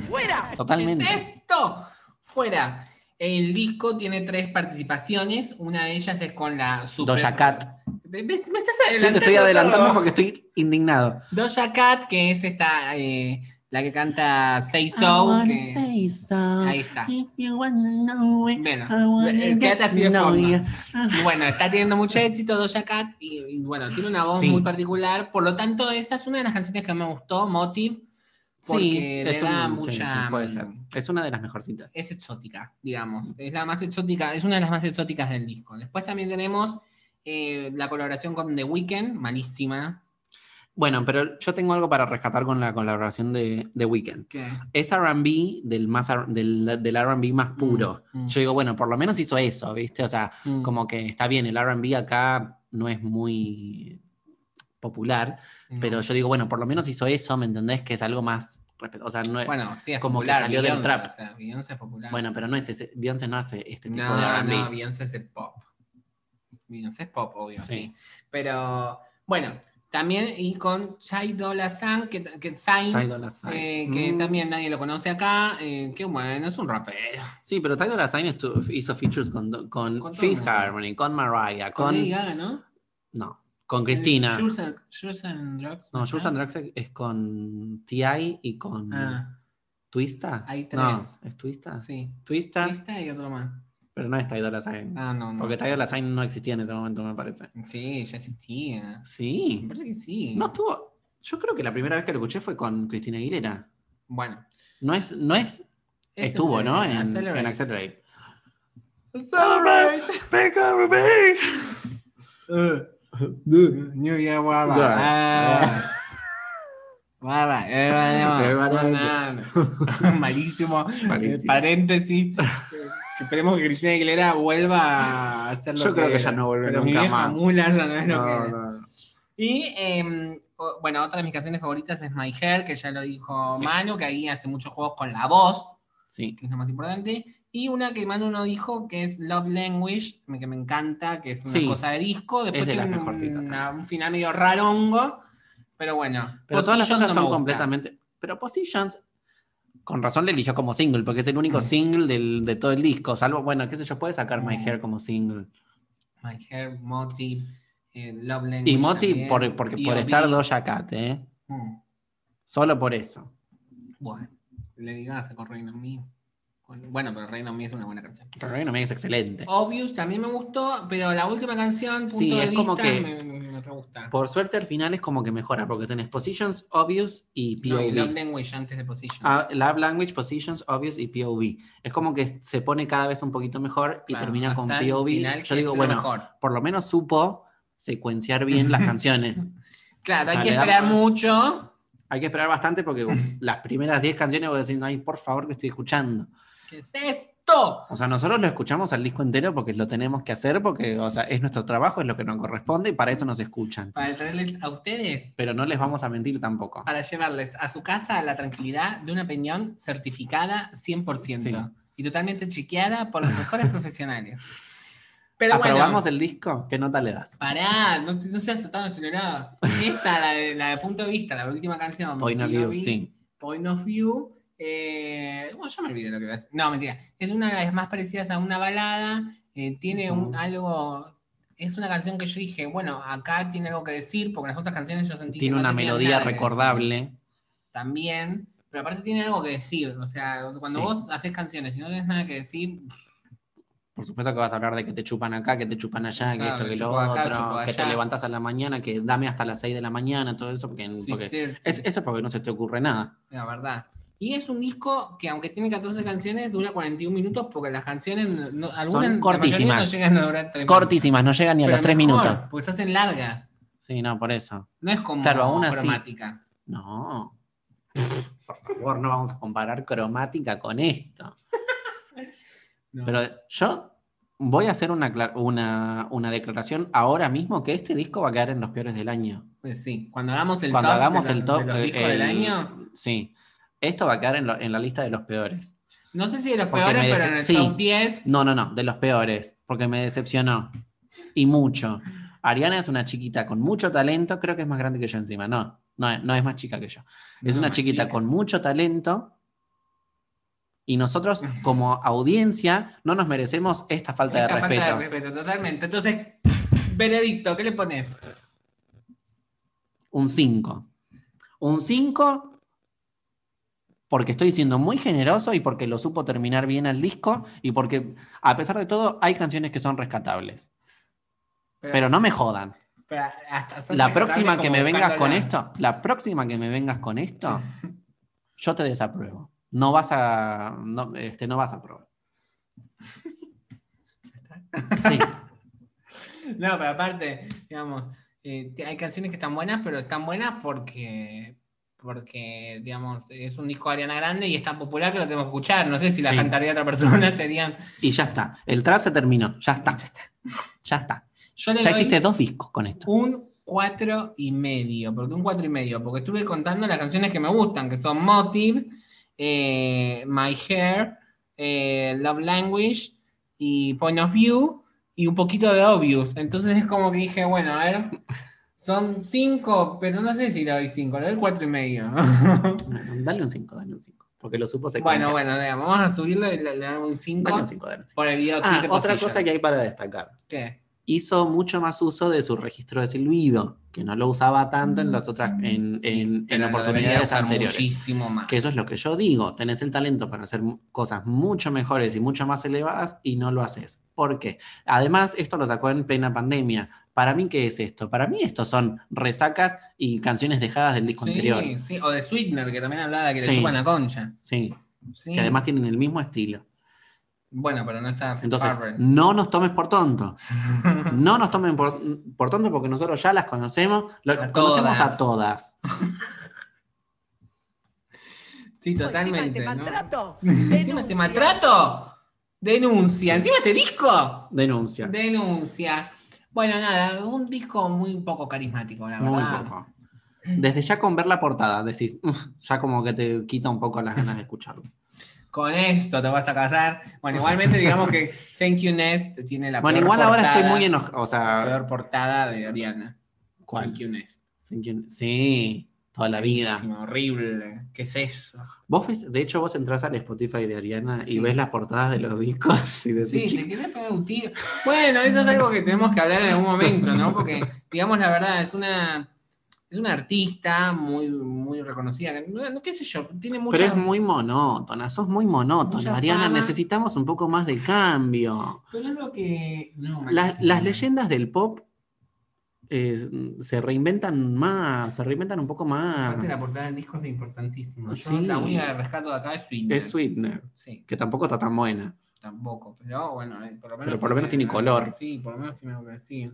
Speaker 5: ¡Fuera!
Speaker 1: Totalmente.
Speaker 2: ¿Qué es esto? Fuera. El disco tiene tres participaciones. Una de ellas es con la super.
Speaker 1: Doja Cat.
Speaker 2: Me, me estás
Speaker 1: Sí,
Speaker 2: adelantando.
Speaker 1: te estoy adelantando
Speaker 2: todo.
Speaker 1: porque estoy indignado.
Speaker 2: Doja Cat, que es esta, eh, la que canta Say
Speaker 1: I
Speaker 2: So.
Speaker 1: wanna
Speaker 2: que-
Speaker 1: say so.
Speaker 2: Ahí está.
Speaker 1: If you wanna know it,
Speaker 2: Ah. Bueno,
Speaker 1: I wanna
Speaker 2: eh,
Speaker 1: get
Speaker 2: quédate así
Speaker 1: to
Speaker 2: de
Speaker 1: know
Speaker 2: forma.
Speaker 1: you.
Speaker 2: Y bueno, está teniendo mucho éxito Doja Cat y, y bueno, tiene una voz
Speaker 1: Sí.
Speaker 2: muy particular. Por lo tanto, esa es una de las canciones que me gustó, Motive, porque
Speaker 1: Sí,
Speaker 2: le
Speaker 1: es
Speaker 2: da
Speaker 1: un- sí,
Speaker 2: mucha... mm,
Speaker 1: sí, puede ser. Es una de las mejorcitas.
Speaker 2: Es exótica, digamos. Es la más exótica, es una de las más exóticas del disco. Después también tenemos eh, la colaboración con The Weeknd, malísima.
Speaker 1: Bueno, pero yo tengo algo para rescatar con la colaboración de, de Weekend. es RB del, más ar- del, del RB más puro.
Speaker 2: Mm, mm.
Speaker 1: Yo digo, bueno, por lo menos hizo eso, ¿viste? O sea,
Speaker 2: Mm.
Speaker 1: como que está bien, el RB acá no es muy popular,
Speaker 2: No.
Speaker 1: pero yo digo, bueno, por lo menos hizo eso, ¿me entendés? Que es algo más respeto- O sea, no es- bueno,
Speaker 2: Bueno, sí, es
Speaker 1: como que
Speaker 2: popular,
Speaker 1: salió del
Speaker 2: Beyoncé,
Speaker 1: trap.
Speaker 2: O sea, Beyoncé es popular.
Speaker 1: pero no es ese. Beyoncé no hace este tipo de
Speaker 2: No,
Speaker 1: RB.
Speaker 2: no, Beyoncé es el pop. Beyoncé es pop, obvio,
Speaker 1: Sí.
Speaker 2: sí. Pero, bueno, también y con Chai Dolla San, que, que, Zayn,
Speaker 1: Ty Dolla Sign.
Speaker 2: eh, que
Speaker 1: Mm.
Speaker 2: también nadie lo conoce acá, eh, que bueno, es un rapero.
Speaker 1: Sí, pero Ty Dolla Sign estu- hizo features con, do- con,
Speaker 2: Con todo el
Speaker 1: Fifth
Speaker 2: mundo.
Speaker 1: Harmony, con Mariah,
Speaker 2: Con
Speaker 1: con...
Speaker 2: Lady Gaga, ¿no? Eh,
Speaker 1: no, con Cristina.
Speaker 2: Jules and, Jules and Drugs.
Speaker 1: No, Jules and
Speaker 2: ¿no?
Speaker 1: Drugs es con T.I. y con...
Speaker 2: Ah,
Speaker 1: ¿Twista?
Speaker 2: Hay tres.
Speaker 1: No, Ah. ¿es Twista?
Speaker 2: sí.
Speaker 1: Twista,
Speaker 2: Artista y otro más.
Speaker 1: pero no es Ty Dolla Sign.
Speaker 2: Ah, no, no.
Speaker 1: Porque Ty Dolla Sign no existía en ese momento, me parece.
Speaker 2: Sí, ya existía. Me
Speaker 1: Sí.
Speaker 2: parece que sí.
Speaker 1: No estuvo... Yo creo que la primera vez que lo escuché fue con Cristina Aguilera.
Speaker 2: Bueno.
Speaker 1: No es... No es
Speaker 2: ese
Speaker 1: estuvo,
Speaker 2: fue
Speaker 1: ¿no? En
Speaker 2: Accelerate.
Speaker 1: en Accelerate.
Speaker 2: Accelerate.
Speaker 1: *laughs* Pick up me. Eh.
Speaker 2: New Year, guarda.
Speaker 1: Yeah. *laughs*
Speaker 2: Ah. Guarda, eh, vale,
Speaker 1: Eh,
Speaker 2: vale,
Speaker 1: vale,
Speaker 2: vale. *laughs* Malísimo.
Speaker 1: Malísimo.
Speaker 2: Eh, Paréntesis. Que Esperemos que Cristina Aguilera vuelva a hacer lo
Speaker 1: Yo creo que
Speaker 2: era.
Speaker 1: ya no vuelve
Speaker 2: Pero mi
Speaker 1: nunca
Speaker 2: vieja
Speaker 1: más.
Speaker 2: mula ya no es lo que
Speaker 1: No,
Speaker 2: era.
Speaker 1: no, no.
Speaker 2: Y em, o- bueno, otra de mis canciones favoritas es My Hair, que ya lo dijo
Speaker 1: Sí.
Speaker 2: Manu, que ahí hace muchos juegos con la voz,
Speaker 1: Sí.
Speaker 2: que es lo más importante. Y una que Manu no dijo, que es Love Language, me- que me encanta, que es una
Speaker 1: Sí.
Speaker 2: cosa de disco. Después
Speaker 1: de
Speaker 2: tiene
Speaker 1: las
Speaker 2: un-
Speaker 1: mejorcitas también.
Speaker 2: una- un final medio rarongo, pero bueno.
Speaker 1: Pero todas las
Speaker 2: Position
Speaker 1: otras
Speaker 2: no
Speaker 1: son
Speaker 2: me gusta.
Speaker 1: completamente... Pero Positions, con razón le eligió como single, porque es el único single del- de todo el disco, salvo, bueno, qué sé yo, puede sacar My Hair como single.
Speaker 2: My Hair, Moti, eh, Love Language.
Speaker 1: Y Moti
Speaker 2: también,
Speaker 1: por, porque, por
Speaker 2: B.O.B..
Speaker 1: estar Doja Cat, ¿eh?
Speaker 2: Mm,
Speaker 1: Solo por eso.
Speaker 2: Bueno, le digas con Reino Mío. Bueno, pero Reino Mío es una buena canción.
Speaker 1: Pero bueno, me es excelente.
Speaker 2: Obvious también me gustó, pero la última canción, punto
Speaker 1: Sí,
Speaker 2: de
Speaker 1: es como
Speaker 2: vista,
Speaker 1: que-
Speaker 2: me, me- me re gusta.
Speaker 1: Por suerte al final es como que mejora, porque tenés Positions, Obvious y
Speaker 2: No, y
Speaker 1: POV.
Speaker 2: Love Language antes de Position.
Speaker 1: Ah, Love Language, Positions, Obvious y POV. Es como que se pone cada vez un poquito mejor y
Speaker 2: Claro,
Speaker 1: termina con
Speaker 2: hasta el
Speaker 1: POV.
Speaker 2: final,
Speaker 1: Yo
Speaker 2: que es
Speaker 1: digo,
Speaker 2: lo
Speaker 1: bueno,
Speaker 2: mejor.
Speaker 1: por lo menos supo secuenciar bien
Speaker 2: *laughs*
Speaker 1: las canciones.
Speaker 2: Claro,
Speaker 1: o sea,
Speaker 2: hay que
Speaker 1: le da-
Speaker 2: esperar mucho.
Speaker 1: Hay que esperar bastante porque
Speaker 2: *laughs*
Speaker 1: uf, las primeras 10 canciones voy a decir, ay, por favor, que estoy escuchando.
Speaker 2: ¿Qué es esto?
Speaker 1: O sea, nosotros lo escuchamos al disco entero porque lo tenemos que hacer, porque, o sea, es nuestro trabajo, es lo que nos corresponde y para eso nos escuchan.
Speaker 2: Para traerles a ustedes,
Speaker 1: Pero no les vamos a mentir tampoco.
Speaker 2: para llevarles a su casa la tranquilidad de una opinión certificada 100%
Speaker 1: Sí.
Speaker 2: y totalmente chequeada por los
Speaker 1: *laughs*
Speaker 2: mejores profesionales. Pero
Speaker 1: ¿Aprobamos
Speaker 2: bueno,
Speaker 1: el disco? ¿Qué nota le das?
Speaker 2: pará, no, te- no seas tan acelerado. Esta, la de, la de punto de vista, la última canción.
Speaker 1: Point of view,
Speaker 2: POV,
Speaker 1: sí.
Speaker 2: Point of View. eh, bueno, yo me olvidé lo que iba a decir. No, mentira. Es una de las más parecidas a una balada. eh, tiene un,
Speaker 1: Ujú.
Speaker 2: algo. Es una canción que yo dije, bueno, acá tiene algo que decir, porque en las otras canciones yo sentí. que
Speaker 1: Tiene
Speaker 2: no
Speaker 1: una
Speaker 2: tenían
Speaker 1: melodía
Speaker 2: nada que decir
Speaker 1: recordable.
Speaker 2: También. Pero aparte tiene algo que decir. O sea, cuando
Speaker 1: Sí.
Speaker 2: vos haces canciones y no tenés nada que decir,
Speaker 1: Por supuesto que vas a hablar de que te chupan acá, que te chupan allá, que
Speaker 2: Claro,
Speaker 1: esto,
Speaker 2: que
Speaker 1: que lo
Speaker 2: chupo acá,
Speaker 1: otro,
Speaker 2: chupo
Speaker 1: que te
Speaker 2: allá.
Speaker 1: levantas a la mañana, que dame hasta las 6 de la mañana, todo eso, porque,
Speaker 2: sí,
Speaker 1: porque-
Speaker 2: sí,
Speaker 1: Mm, es,
Speaker 2: sí,
Speaker 1: eso porque no se te ocurre nada.
Speaker 2: la verdad. Y es un disco que, aunque tiene 14 canciones, dura 41 minutos, porque las canciones, no- no- algunas, la mayoría
Speaker 1: cortísimas.
Speaker 2: no llegan a durar 3
Speaker 1: Cortísimas, no llegan ni a los 3 minutos.
Speaker 2: Pues se hacen largas.
Speaker 1: Sí, no, por eso.
Speaker 2: No es como
Speaker 1: Claro, aún así.
Speaker 2: cromática.
Speaker 1: No. Por favor, no vamos a comparar cromática con esto.
Speaker 2: No.
Speaker 1: Pero yo voy a hacer una, cla- una, una declaración ahora mismo que este disco va a quedar en los peores del año.
Speaker 2: Pues sí, cuando hagamos el
Speaker 1: Cuando
Speaker 2: top,
Speaker 1: hagamos
Speaker 2: de los-
Speaker 1: el top
Speaker 2: de los discos
Speaker 1: eh, el-
Speaker 2: del año,
Speaker 1: Sí. Esto va a quedar en, lo- en la lista de los peores.
Speaker 2: no sé si de los
Speaker 1: Porque
Speaker 2: peores,
Speaker 1: me
Speaker 2: pero
Speaker 1: dece-
Speaker 2: en el
Speaker 1: sí.
Speaker 2: top 10,
Speaker 1: No, no, no, de los peores, porque me decepcionó. Y mucho. Ariana es una chiquita con mucho talento, creo que es más grande que yo encima, no, no, es- no es más chica que yo. Es
Speaker 2: No,
Speaker 1: una
Speaker 2: más
Speaker 1: chiquita
Speaker 2: chica.
Speaker 1: con mucho talento. Y
Speaker 2: *laughs*
Speaker 1: nosotros como audiencia no nos merecemos esta falta
Speaker 2: esta
Speaker 1: de
Speaker 2: falta
Speaker 1: respeto.
Speaker 2: de respeto, totalmente. Entonces, veredicto, ¿qué le pones?
Speaker 1: Un 5. Un 5 porque estoy siendo muy generoso y porque lo supo terminar bien al disco y porque a pesar de todo hay canciones que son rescatables.
Speaker 2: Pero-
Speaker 1: Pero no me jodan.
Speaker 2: Pero hasta son
Speaker 1: La
Speaker 2: tan
Speaker 1: próxima
Speaker 2: grandes
Speaker 1: que
Speaker 2: como
Speaker 1: me vengas
Speaker 2: buscándola.
Speaker 1: con esto, la próxima que me vengas con esto, yo te desapruebo. No vas a, no, este, no vas a probar. Sí,
Speaker 2: No, pero aparte, digamos, eh, te- hay canciones que están buenas, pero están buenas porque, porque, digamos, es un disco de Ariana Grande y es tan popular que lo tenemos que escuchar. No sé si la
Speaker 1: Sí.
Speaker 2: cantaría otra persona, *laughs* serían...
Speaker 1: y ya está. El trap se terminó, ya está. Ya está.
Speaker 2: Yo le
Speaker 1: Ya
Speaker 2: doy-
Speaker 1: hiciste dos discos con esto.
Speaker 2: Un cuatro y medio, porque un cuatro y medio, porque estuve contando las canciones que me gustan, que son Motive, eh, My Hair, eh, Love Language y Point of View y un poquito de Obvious. Entonces es como que dije, bueno, a ver, son cinco, pero no sé si le doy cinco, le doy cuatro y medio. *laughs*
Speaker 1: Dale un 5, dale un 5. Porque lo supo secuenciar.
Speaker 2: bueno, bueno, digamos, vamos a subirlo y le, le damos un cinco
Speaker 1: Dale un 5, dale un 5.
Speaker 2: por el video.
Speaker 1: Ah, otra cosa que hay para destacar. hizo mucho más uso de su registro de silbido, que no lo usaba tanto en las otras en, en- en oportunidades anteriores.
Speaker 2: Muchísimo más.
Speaker 1: Que eso es lo que yo digo, tenés el talento para hacer mu- cosas mucho mejores y mucho más elevadas y no lo haces. ¿Por qué? Además, esto lo sacó en plena pandemia. Para mí, ¿qué es esto? Para mí, estos son resacas y canciones dejadas del disco anterior.
Speaker 2: Sí, sí, o de Sweetener, que también hablaba de que le
Speaker 1: Sí.
Speaker 2: chupan la concha.
Speaker 1: Sí,
Speaker 2: Sí.
Speaker 1: que además tienen el mismo estilo.
Speaker 2: Bueno, pero no está.
Speaker 1: Entonces,
Speaker 2: Farrell.
Speaker 1: no nos tomes por
Speaker 2: *laughs*
Speaker 1: tonto. No nos tomen por, por tonto porque nosotros ya las conocemos, lo-
Speaker 2: A
Speaker 1: conocemos a
Speaker 2: todas.
Speaker 1: todas.
Speaker 2: sí,
Speaker 5: Encima
Speaker 2: totalmente.
Speaker 5: te
Speaker 2: ¿no? *laughs*
Speaker 5: maltrato.
Speaker 2: Encima te maltrato. Denuncia. Encima este disco.
Speaker 1: Denuncia.
Speaker 2: Denuncia. Bueno, nada, un disco muy poco carismático, la
Speaker 1: Muy
Speaker 2: verdad.
Speaker 1: poco. Desde ya con ver la portada, decís, "Uf", ya como que te quita un poco las ganas de escucharlo.
Speaker 2: Con esto te vas a casar.
Speaker 1: *laughs*
Speaker 2: Bueno, igualmente digamos que Thank You Nest tiene la
Speaker 1: bueno,
Speaker 2: peor
Speaker 1: igual ahora estoy
Speaker 2: portada-
Speaker 1: muy enojado. O
Speaker 2: La
Speaker 1: sea,
Speaker 2: peor portada de Oriana. Thank
Speaker 1: ¿cuál?
Speaker 2: You Nest.
Speaker 1: Thank you. Sí, toda la vida.
Speaker 2: Malísimo, horrible. ¿Qué es eso?
Speaker 1: Vos ves, de hecho, vos entras al Spotify de Ariana y
Speaker 2: Sí.
Speaker 1: ves las portadas de los discos y decís,
Speaker 2: Sí,
Speaker 1: "Che,
Speaker 2: te quería pegar un tiro. Bueno, eso es algo que tenemos que hablar en algún momento, ¿no? Porque, digamos la verdad, es una, es una artista muy, muy reconocida. que- Bueno, qué sé yo, tiene mucha...
Speaker 1: Pero es muy monótona, sos muy monótona,
Speaker 2: mucha
Speaker 1: Ariana.
Speaker 2: fama.
Speaker 1: Necesitamos un poco más de cambio.
Speaker 2: Pero es lo que... No,
Speaker 1: Las,
Speaker 2: malísimo.
Speaker 1: las leyendas del pop eh, se reinventan más, se reinventan un poco más.
Speaker 2: Aparte la portada del disco es importantísima. Yo
Speaker 1: Sí.
Speaker 2: la única que rescato de acá es Sweetener.
Speaker 1: Es Sweetener,
Speaker 2: Sí,
Speaker 1: que tampoco está tan buena.
Speaker 2: tampoco. Pero bueno, eh, por lo menos...
Speaker 1: Pero por lo menos tiene color.
Speaker 2: Sí, por lo menos tiene color, sí.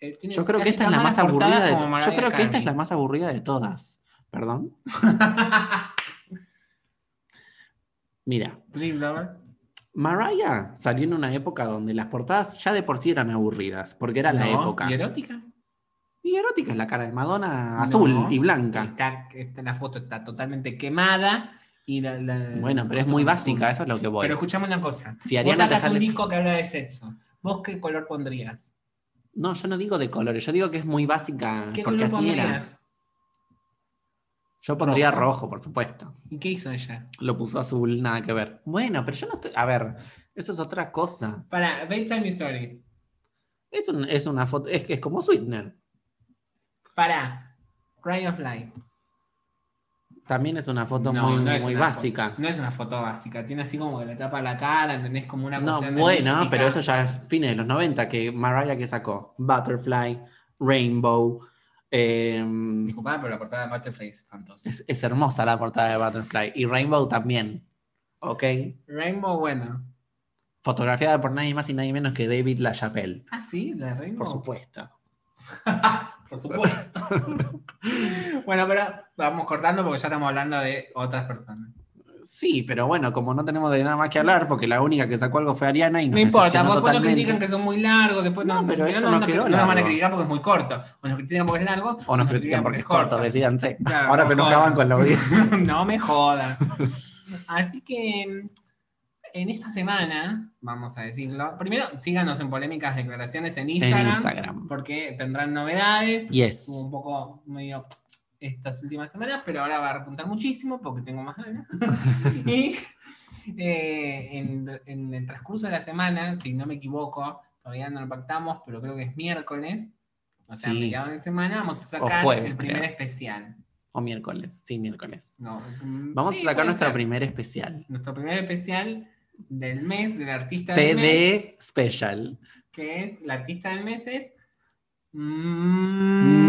Speaker 2: Eh, tiene
Speaker 1: Yo creo que
Speaker 2: casi
Speaker 1: esta es
Speaker 2: tan
Speaker 1: la
Speaker 2: malas
Speaker 1: más aburrida
Speaker 2: portadas
Speaker 1: de
Speaker 2: como
Speaker 1: to- Yo
Speaker 2: Mariah
Speaker 1: creo que esta es la
Speaker 2: Carey.
Speaker 1: más aburrida de todas. Perdón.
Speaker 2: *laughs*
Speaker 1: Mira,
Speaker 2: Dream Lover.
Speaker 1: Mariah salió en una época donde las portadas ya de por sí eran aburridas, porque era la
Speaker 2: No,
Speaker 1: época.
Speaker 2: ¿Y erótica?
Speaker 1: Y erótica es la cara de Madonna azul
Speaker 2: No.
Speaker 1: y blanca.
Speaker 2: Está, está- la foto está totalmente quemada y la, la-
Speaker 1: Bueno, pero
Speaker 2: la
Speaker 1: es
Speaker 2: cosa
Speaker 1: muy
Speaker 2: Este, con
Speaker 1: básica,
Speaker 2: azul.
Speaker 1: eso es lo que voy.
Speaker 2: Pero escuchame una cosa.
Speaker 1: Si
Speaker 2: Vos
Speaker 1: Ariana te
Speaker 2: sacas
Speaker 1: sale-
Speaker 2: un disco que habla de sexo. ¿Vos qué color pondrías?
Speaker 1: No, yo no digo de colores, yo digo que es muy básica,
Speaker 2: ¿Qué
Speaker 1: Ah, porque
Speaker 2: color
Speaker 1: así
Speaker 2: pondrías?
Speaker 1: era. Yo pondría rojo, por supuesto.
Speaker 2: ¿Y qué hizo ella?
Speaker 1: Lo puso azul, nada que ver. Bueno, pero yo no estoy. A ver, eso es otra cosa.
Speaker 2: Para, Bedtime Stories.
Speaker 1: Es, un- es una foto, es que es como Sweetener.
Speaker 2: Para, Cry of Light.
Speaker 1: También es una foto
Speaker 2: No,
Speaker 1: muy,
Speaker 2: no es
Speaker 1: muy
Speaker 2: una fo-
Speaker 1: básica.
Speaker 2: no es una foto básica. Tiene así como que le tapa la cara, tenés como una
Speaker 1: No,
Speaker 2: cuestión de
Speaker 1: bueno,
Speaker 2: mística.
Speaker 1: pero eso ya es fines de los 90, que Mariah que sacó Butterfly, Rainbow. eh,
Speaker 2: Disculpame, pero la portada de Butterfly es espantosa.
Speaker 1: es, es hermosa la portada de Butterfly. Y Rainbow también. ¿Ok?
Speaker 2: Rainbow, bueno.
Speaker 1: Fotografiada por nadie más y nadie menos que David LaChapelle.
Speaker 2: Ah, sí, la de Rainbow.
Speaker 1: Por supuesto.
Speaker 2: *laughs* Por supuesto. bueno, pero vamos cortando porque ya estamos hablando de otras personas.
Speaker 1: Sí, pero bueno, como no tenemos de nada más que hablar, porque la única que sacó algo fue Ariana y nos
Speaker 2: No importa,
Speaker 1: decepcionó
Speaker 2: porque después nos
Speaker 1: totalmente.
Speaker 2: critican que son muy largos, después
Speaker 1: No,
Speaker 2: no,
Speaker 1: pero esto
Speaker 2: no,
Speaker 1: no
Speaker 2: nos-
Speaker 1: quedó
Speaker 2: no nos van a
Speaker 1: largo.
Speaker 2: criticar porque es muy corto. O nos critican porque es largo.
Speaker 1: O nos critican porque es corto,
Speaker 2: corto.
Speaker 1: decídanse.
Speaker 2: Claro,
Speaker 1: Ahora se
Speaker 2: mejor.
Speaker 1: enojaban con la audiencia.
Speaker 2: *laughs* no me jodan.
Speaker 1: *laughs*
Speaker 2: Así que en esta semana, vamos a decirlo, primero síganos en Polémicas Declaraciones en Instagram,
Speaker 1: En Instagram.
Speaker 2: porque tendrán novedades.
Speaker 1: Yes.
Speaker 2: Estuvo un poco medio estas últimas semanas, pero ahora va a repuntar muchísimo porque tengo más ganas.
Speaker 1: *laughs*
Speaker 2: y eh, en, en el transcurso de la semana, si no me equivoco, todavía no lo pactamos, pero creo que es miércoles, o sea,
Speaker 1: Sí.
Speaker 2: mediados de semana, vamos a sacar
Speaker 1: jueves,
Speaker 2: el primer
Speaker 1: creo.
Speaker 2: especial.
Speaker 1: O miércoles, sí, miércoles.
Speaker 2: No,
Speaker 1: Vamos
Speaker 2: sí,
Speaker 1: a sacar
Speaker 2: puede
Speaker 1: nuestro
Speaker 2: ser.
Speaker 1: primer especial.
Speaker 2: nuestro primer especial del mes, del artista del mes,
Speaker 1: TD Special.
Speaker 2: que es la artista del mes es... Mm.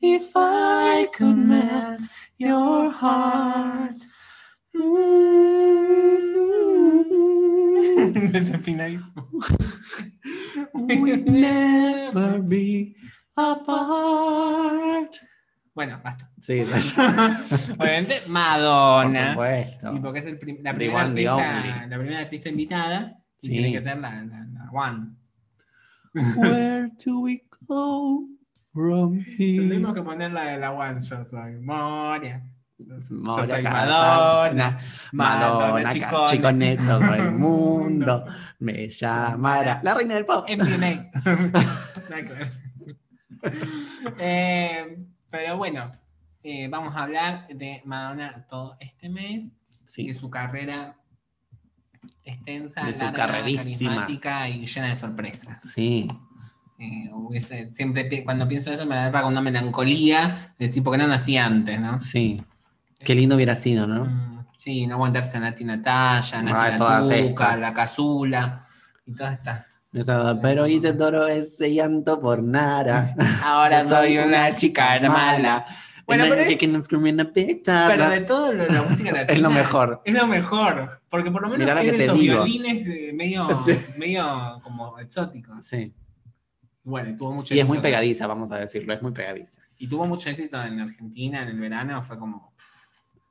Speaker 1: If I could melt your heart.
Speaker 2: Mm.
Speaker 1: We'll
Speaker 2: Desafinadísimo. *laughs*
Speaker 1: never be
Speaker 2: *laughs*
Speaker 1: apart.
Speaker 2: bueno,
Speaker 1: *laughs*
Speaker 2: basta.
Speaker 1: Sí,
Speaker 2: Obviamente,
Speaker 1: por
Speaker 2: Madonna.
Speaker 1: supuesto.
Speaker 2: Y porque es el prim- la,
Speaker 1: The
Speaker 2: primera
Speaker 1: one, the
Speaker 2: artista,
Speaker 1: only.
Speaker 2: la primera artista invitada. y
Speaker 1: Sí.
Speaker 2: tiene que ser la, la, la one.
Speaker 1: Where do we go from
Speaker 2: Tendríamos que poner la de la one. Yo soy Moria.
Speaker 1: Moria
Speaker 2: yo
Speaker 1: Kazan.
Speaker 2: soy Madonna.
Speaker 1: Madonna,
Speaker 2: chicos.
Speaker 1: chico neto
Speaker 2: *laughs*
Speaker 1: del mundo, me llamará la reina del pop.
Speaker 2: MDMA. eh. Nada que ver. Eh, pero bueno, eh, vamos a hablar de Madonna todo este mes,
Speaker 1: Sí,
Speaker 2: de su carrera extensa,
Speaker 1: De su
Speaker 2: larga,
Speaker 1: carrerísima.
Speaker 2: carismática y llena de sorpresas.
Speaker 1: sí.
Speaker 2: Eh, hubiese- siempre pi- cuando pienso eso me agarra con una melancolía, de decir, ¿por qué no nací antes, no?
Speaker 1: Sí. Qué lindo hubiera sido, ¿no?
Speaker 2: Mm, Sí, no aguantarse a Nati Natalia,
Speaker 1: Ah,
Speaker 2: Nati
Speaker 1: todas
Speaker 2: Natuca,
Speaker 1: estas.
Speaker 2: La Cazula y todas estas.
Speaker 1: Esa, pero hice todo ese llanto por
Speaker 2: *laughs*
Speaker 1: nada.
Speaker 2: Ahora soy una chica mala. Bueno,
Speaker 1: And
Speaker 2: pero
Speaker 1: I'm
Speaker 2: es-
Speaker 1: kicking and screaming a big time.
Speaker 2: Pero de todo lo- la
Speaker 1: *laughs*
Speaker 2: música latina.
Speaker 1: Ah, Es lo mejor.
Speaker 2: Es lo mejor. Porque por lo menos
Speaker 1: Mirá la que
Speaker 2: tiene
Speaker 1: te
Speaker 2: esos
Speaker 1: digo.
Speaker 2: violines eh, medio,
Speaker 1: *laughs* Sí.
Speaker 2: medio como exóticos.
Speaker 1: Sí.
Speaker 2: Bueno, y tuvo mucho
Speaker 1: Y es muy
Speaker 2: éxito-
Speaker 1: pegadiza, vamos a decirlo, es muy pegadiza.
Speaker 2: Y tuvo mucho éxito en Argentina en el verano. Fue como.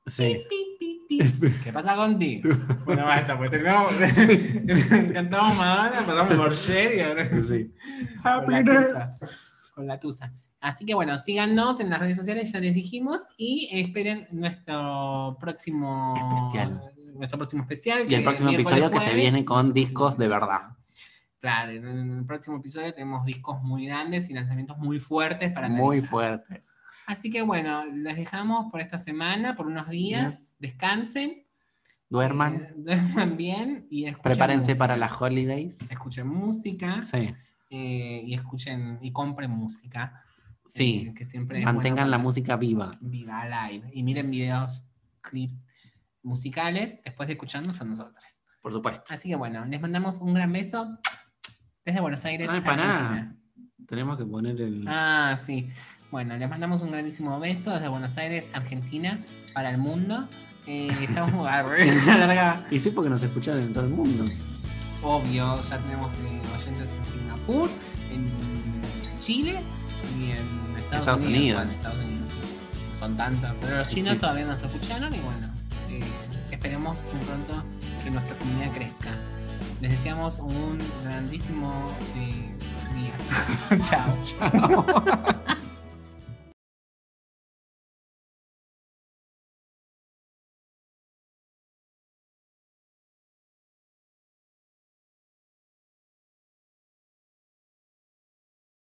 Speaker 1: Sí.
Speaker 2: pi, pi, pi.
Speaker 1: *laughs*
Speaker 2: ¿Qué pasa contigo? Bueno, basta, pues terminamos. *laughs* Cantamos Madonna, pasamos por Cher y ahora.
Speaker 1: Sí.
Speaker 2: Con la tusa. Con la tusa. Así que bueno, síganos en las redes sociales, ya les dijimos, y esperen nuestro próximo
Speaker 1: Especial.
Speaker 2: Nuestro próximo especial.
Speaker 1: Y el próximo episodio que se viene con discos de verdad.
Speaker 2: Claro, en, en el próximo episodio tenemos discos muy grandes y lanzamientos muy fuertes para Muy analizar.
Speaker 1: fuertes.
Speaker 2: Así que bueno, les dejamos por esta semana, por unos días. Descansen.
Speaker 1: Duerman,
Speaker 2: eh, duerman bien y escuchen
Speaker 1: prepárense
Speaker 2: música.
Speaker 1: para las holidays.
Speaker 2: Escuchen música
Speaker 1: Sí,
Speaker 2: eh, y escuchen y compren música.
Speaker 1: Sí.
Speaker 2: eh, que siempre es
Speaker 1: mantengan
Speaker 2: bueno
Speaker 1: la
Speaker 2: para-
Speaker 1: música viva.
Speaker 2: viva live y miren videos, clips musicales después de escucharnos a nosotros.
Speaker 1: Por supuesto.
Speaker 2: Así que bueno, les mandamos un gran beso desde Buenos Aires.
Speaker 1: Ay, pará.
Speaker 2: Argentina.
Speaker 1: Tenemos que poner el.
Speaker 2: Ah, sí. Bueno, les mandamos un grandísimo beso desde Buenos Aires, Argentina, para el mundo. Eh,
Speaker 1: *laughs*
Speaker 2: estamos larga.
Speaker 1: Y sí, porque nos escucharon en todo el mundo.
Speaker 2: Obvio, ya tenemos eh, oyentes en Singapur, en Chile y en Estados,
Speaker 1: Estados Unidos.
Speaker 2: Bueno, Estados Unidos, sí. Son tantos, pero los chinos
Speaker 1: Sí.
Speaker 2: todavía no se escucharon y bueno, eh, esperemos muy pronto que nuestra comunidad crezca. Les deseamos *laughs* un grandísimo eh, día. Chao.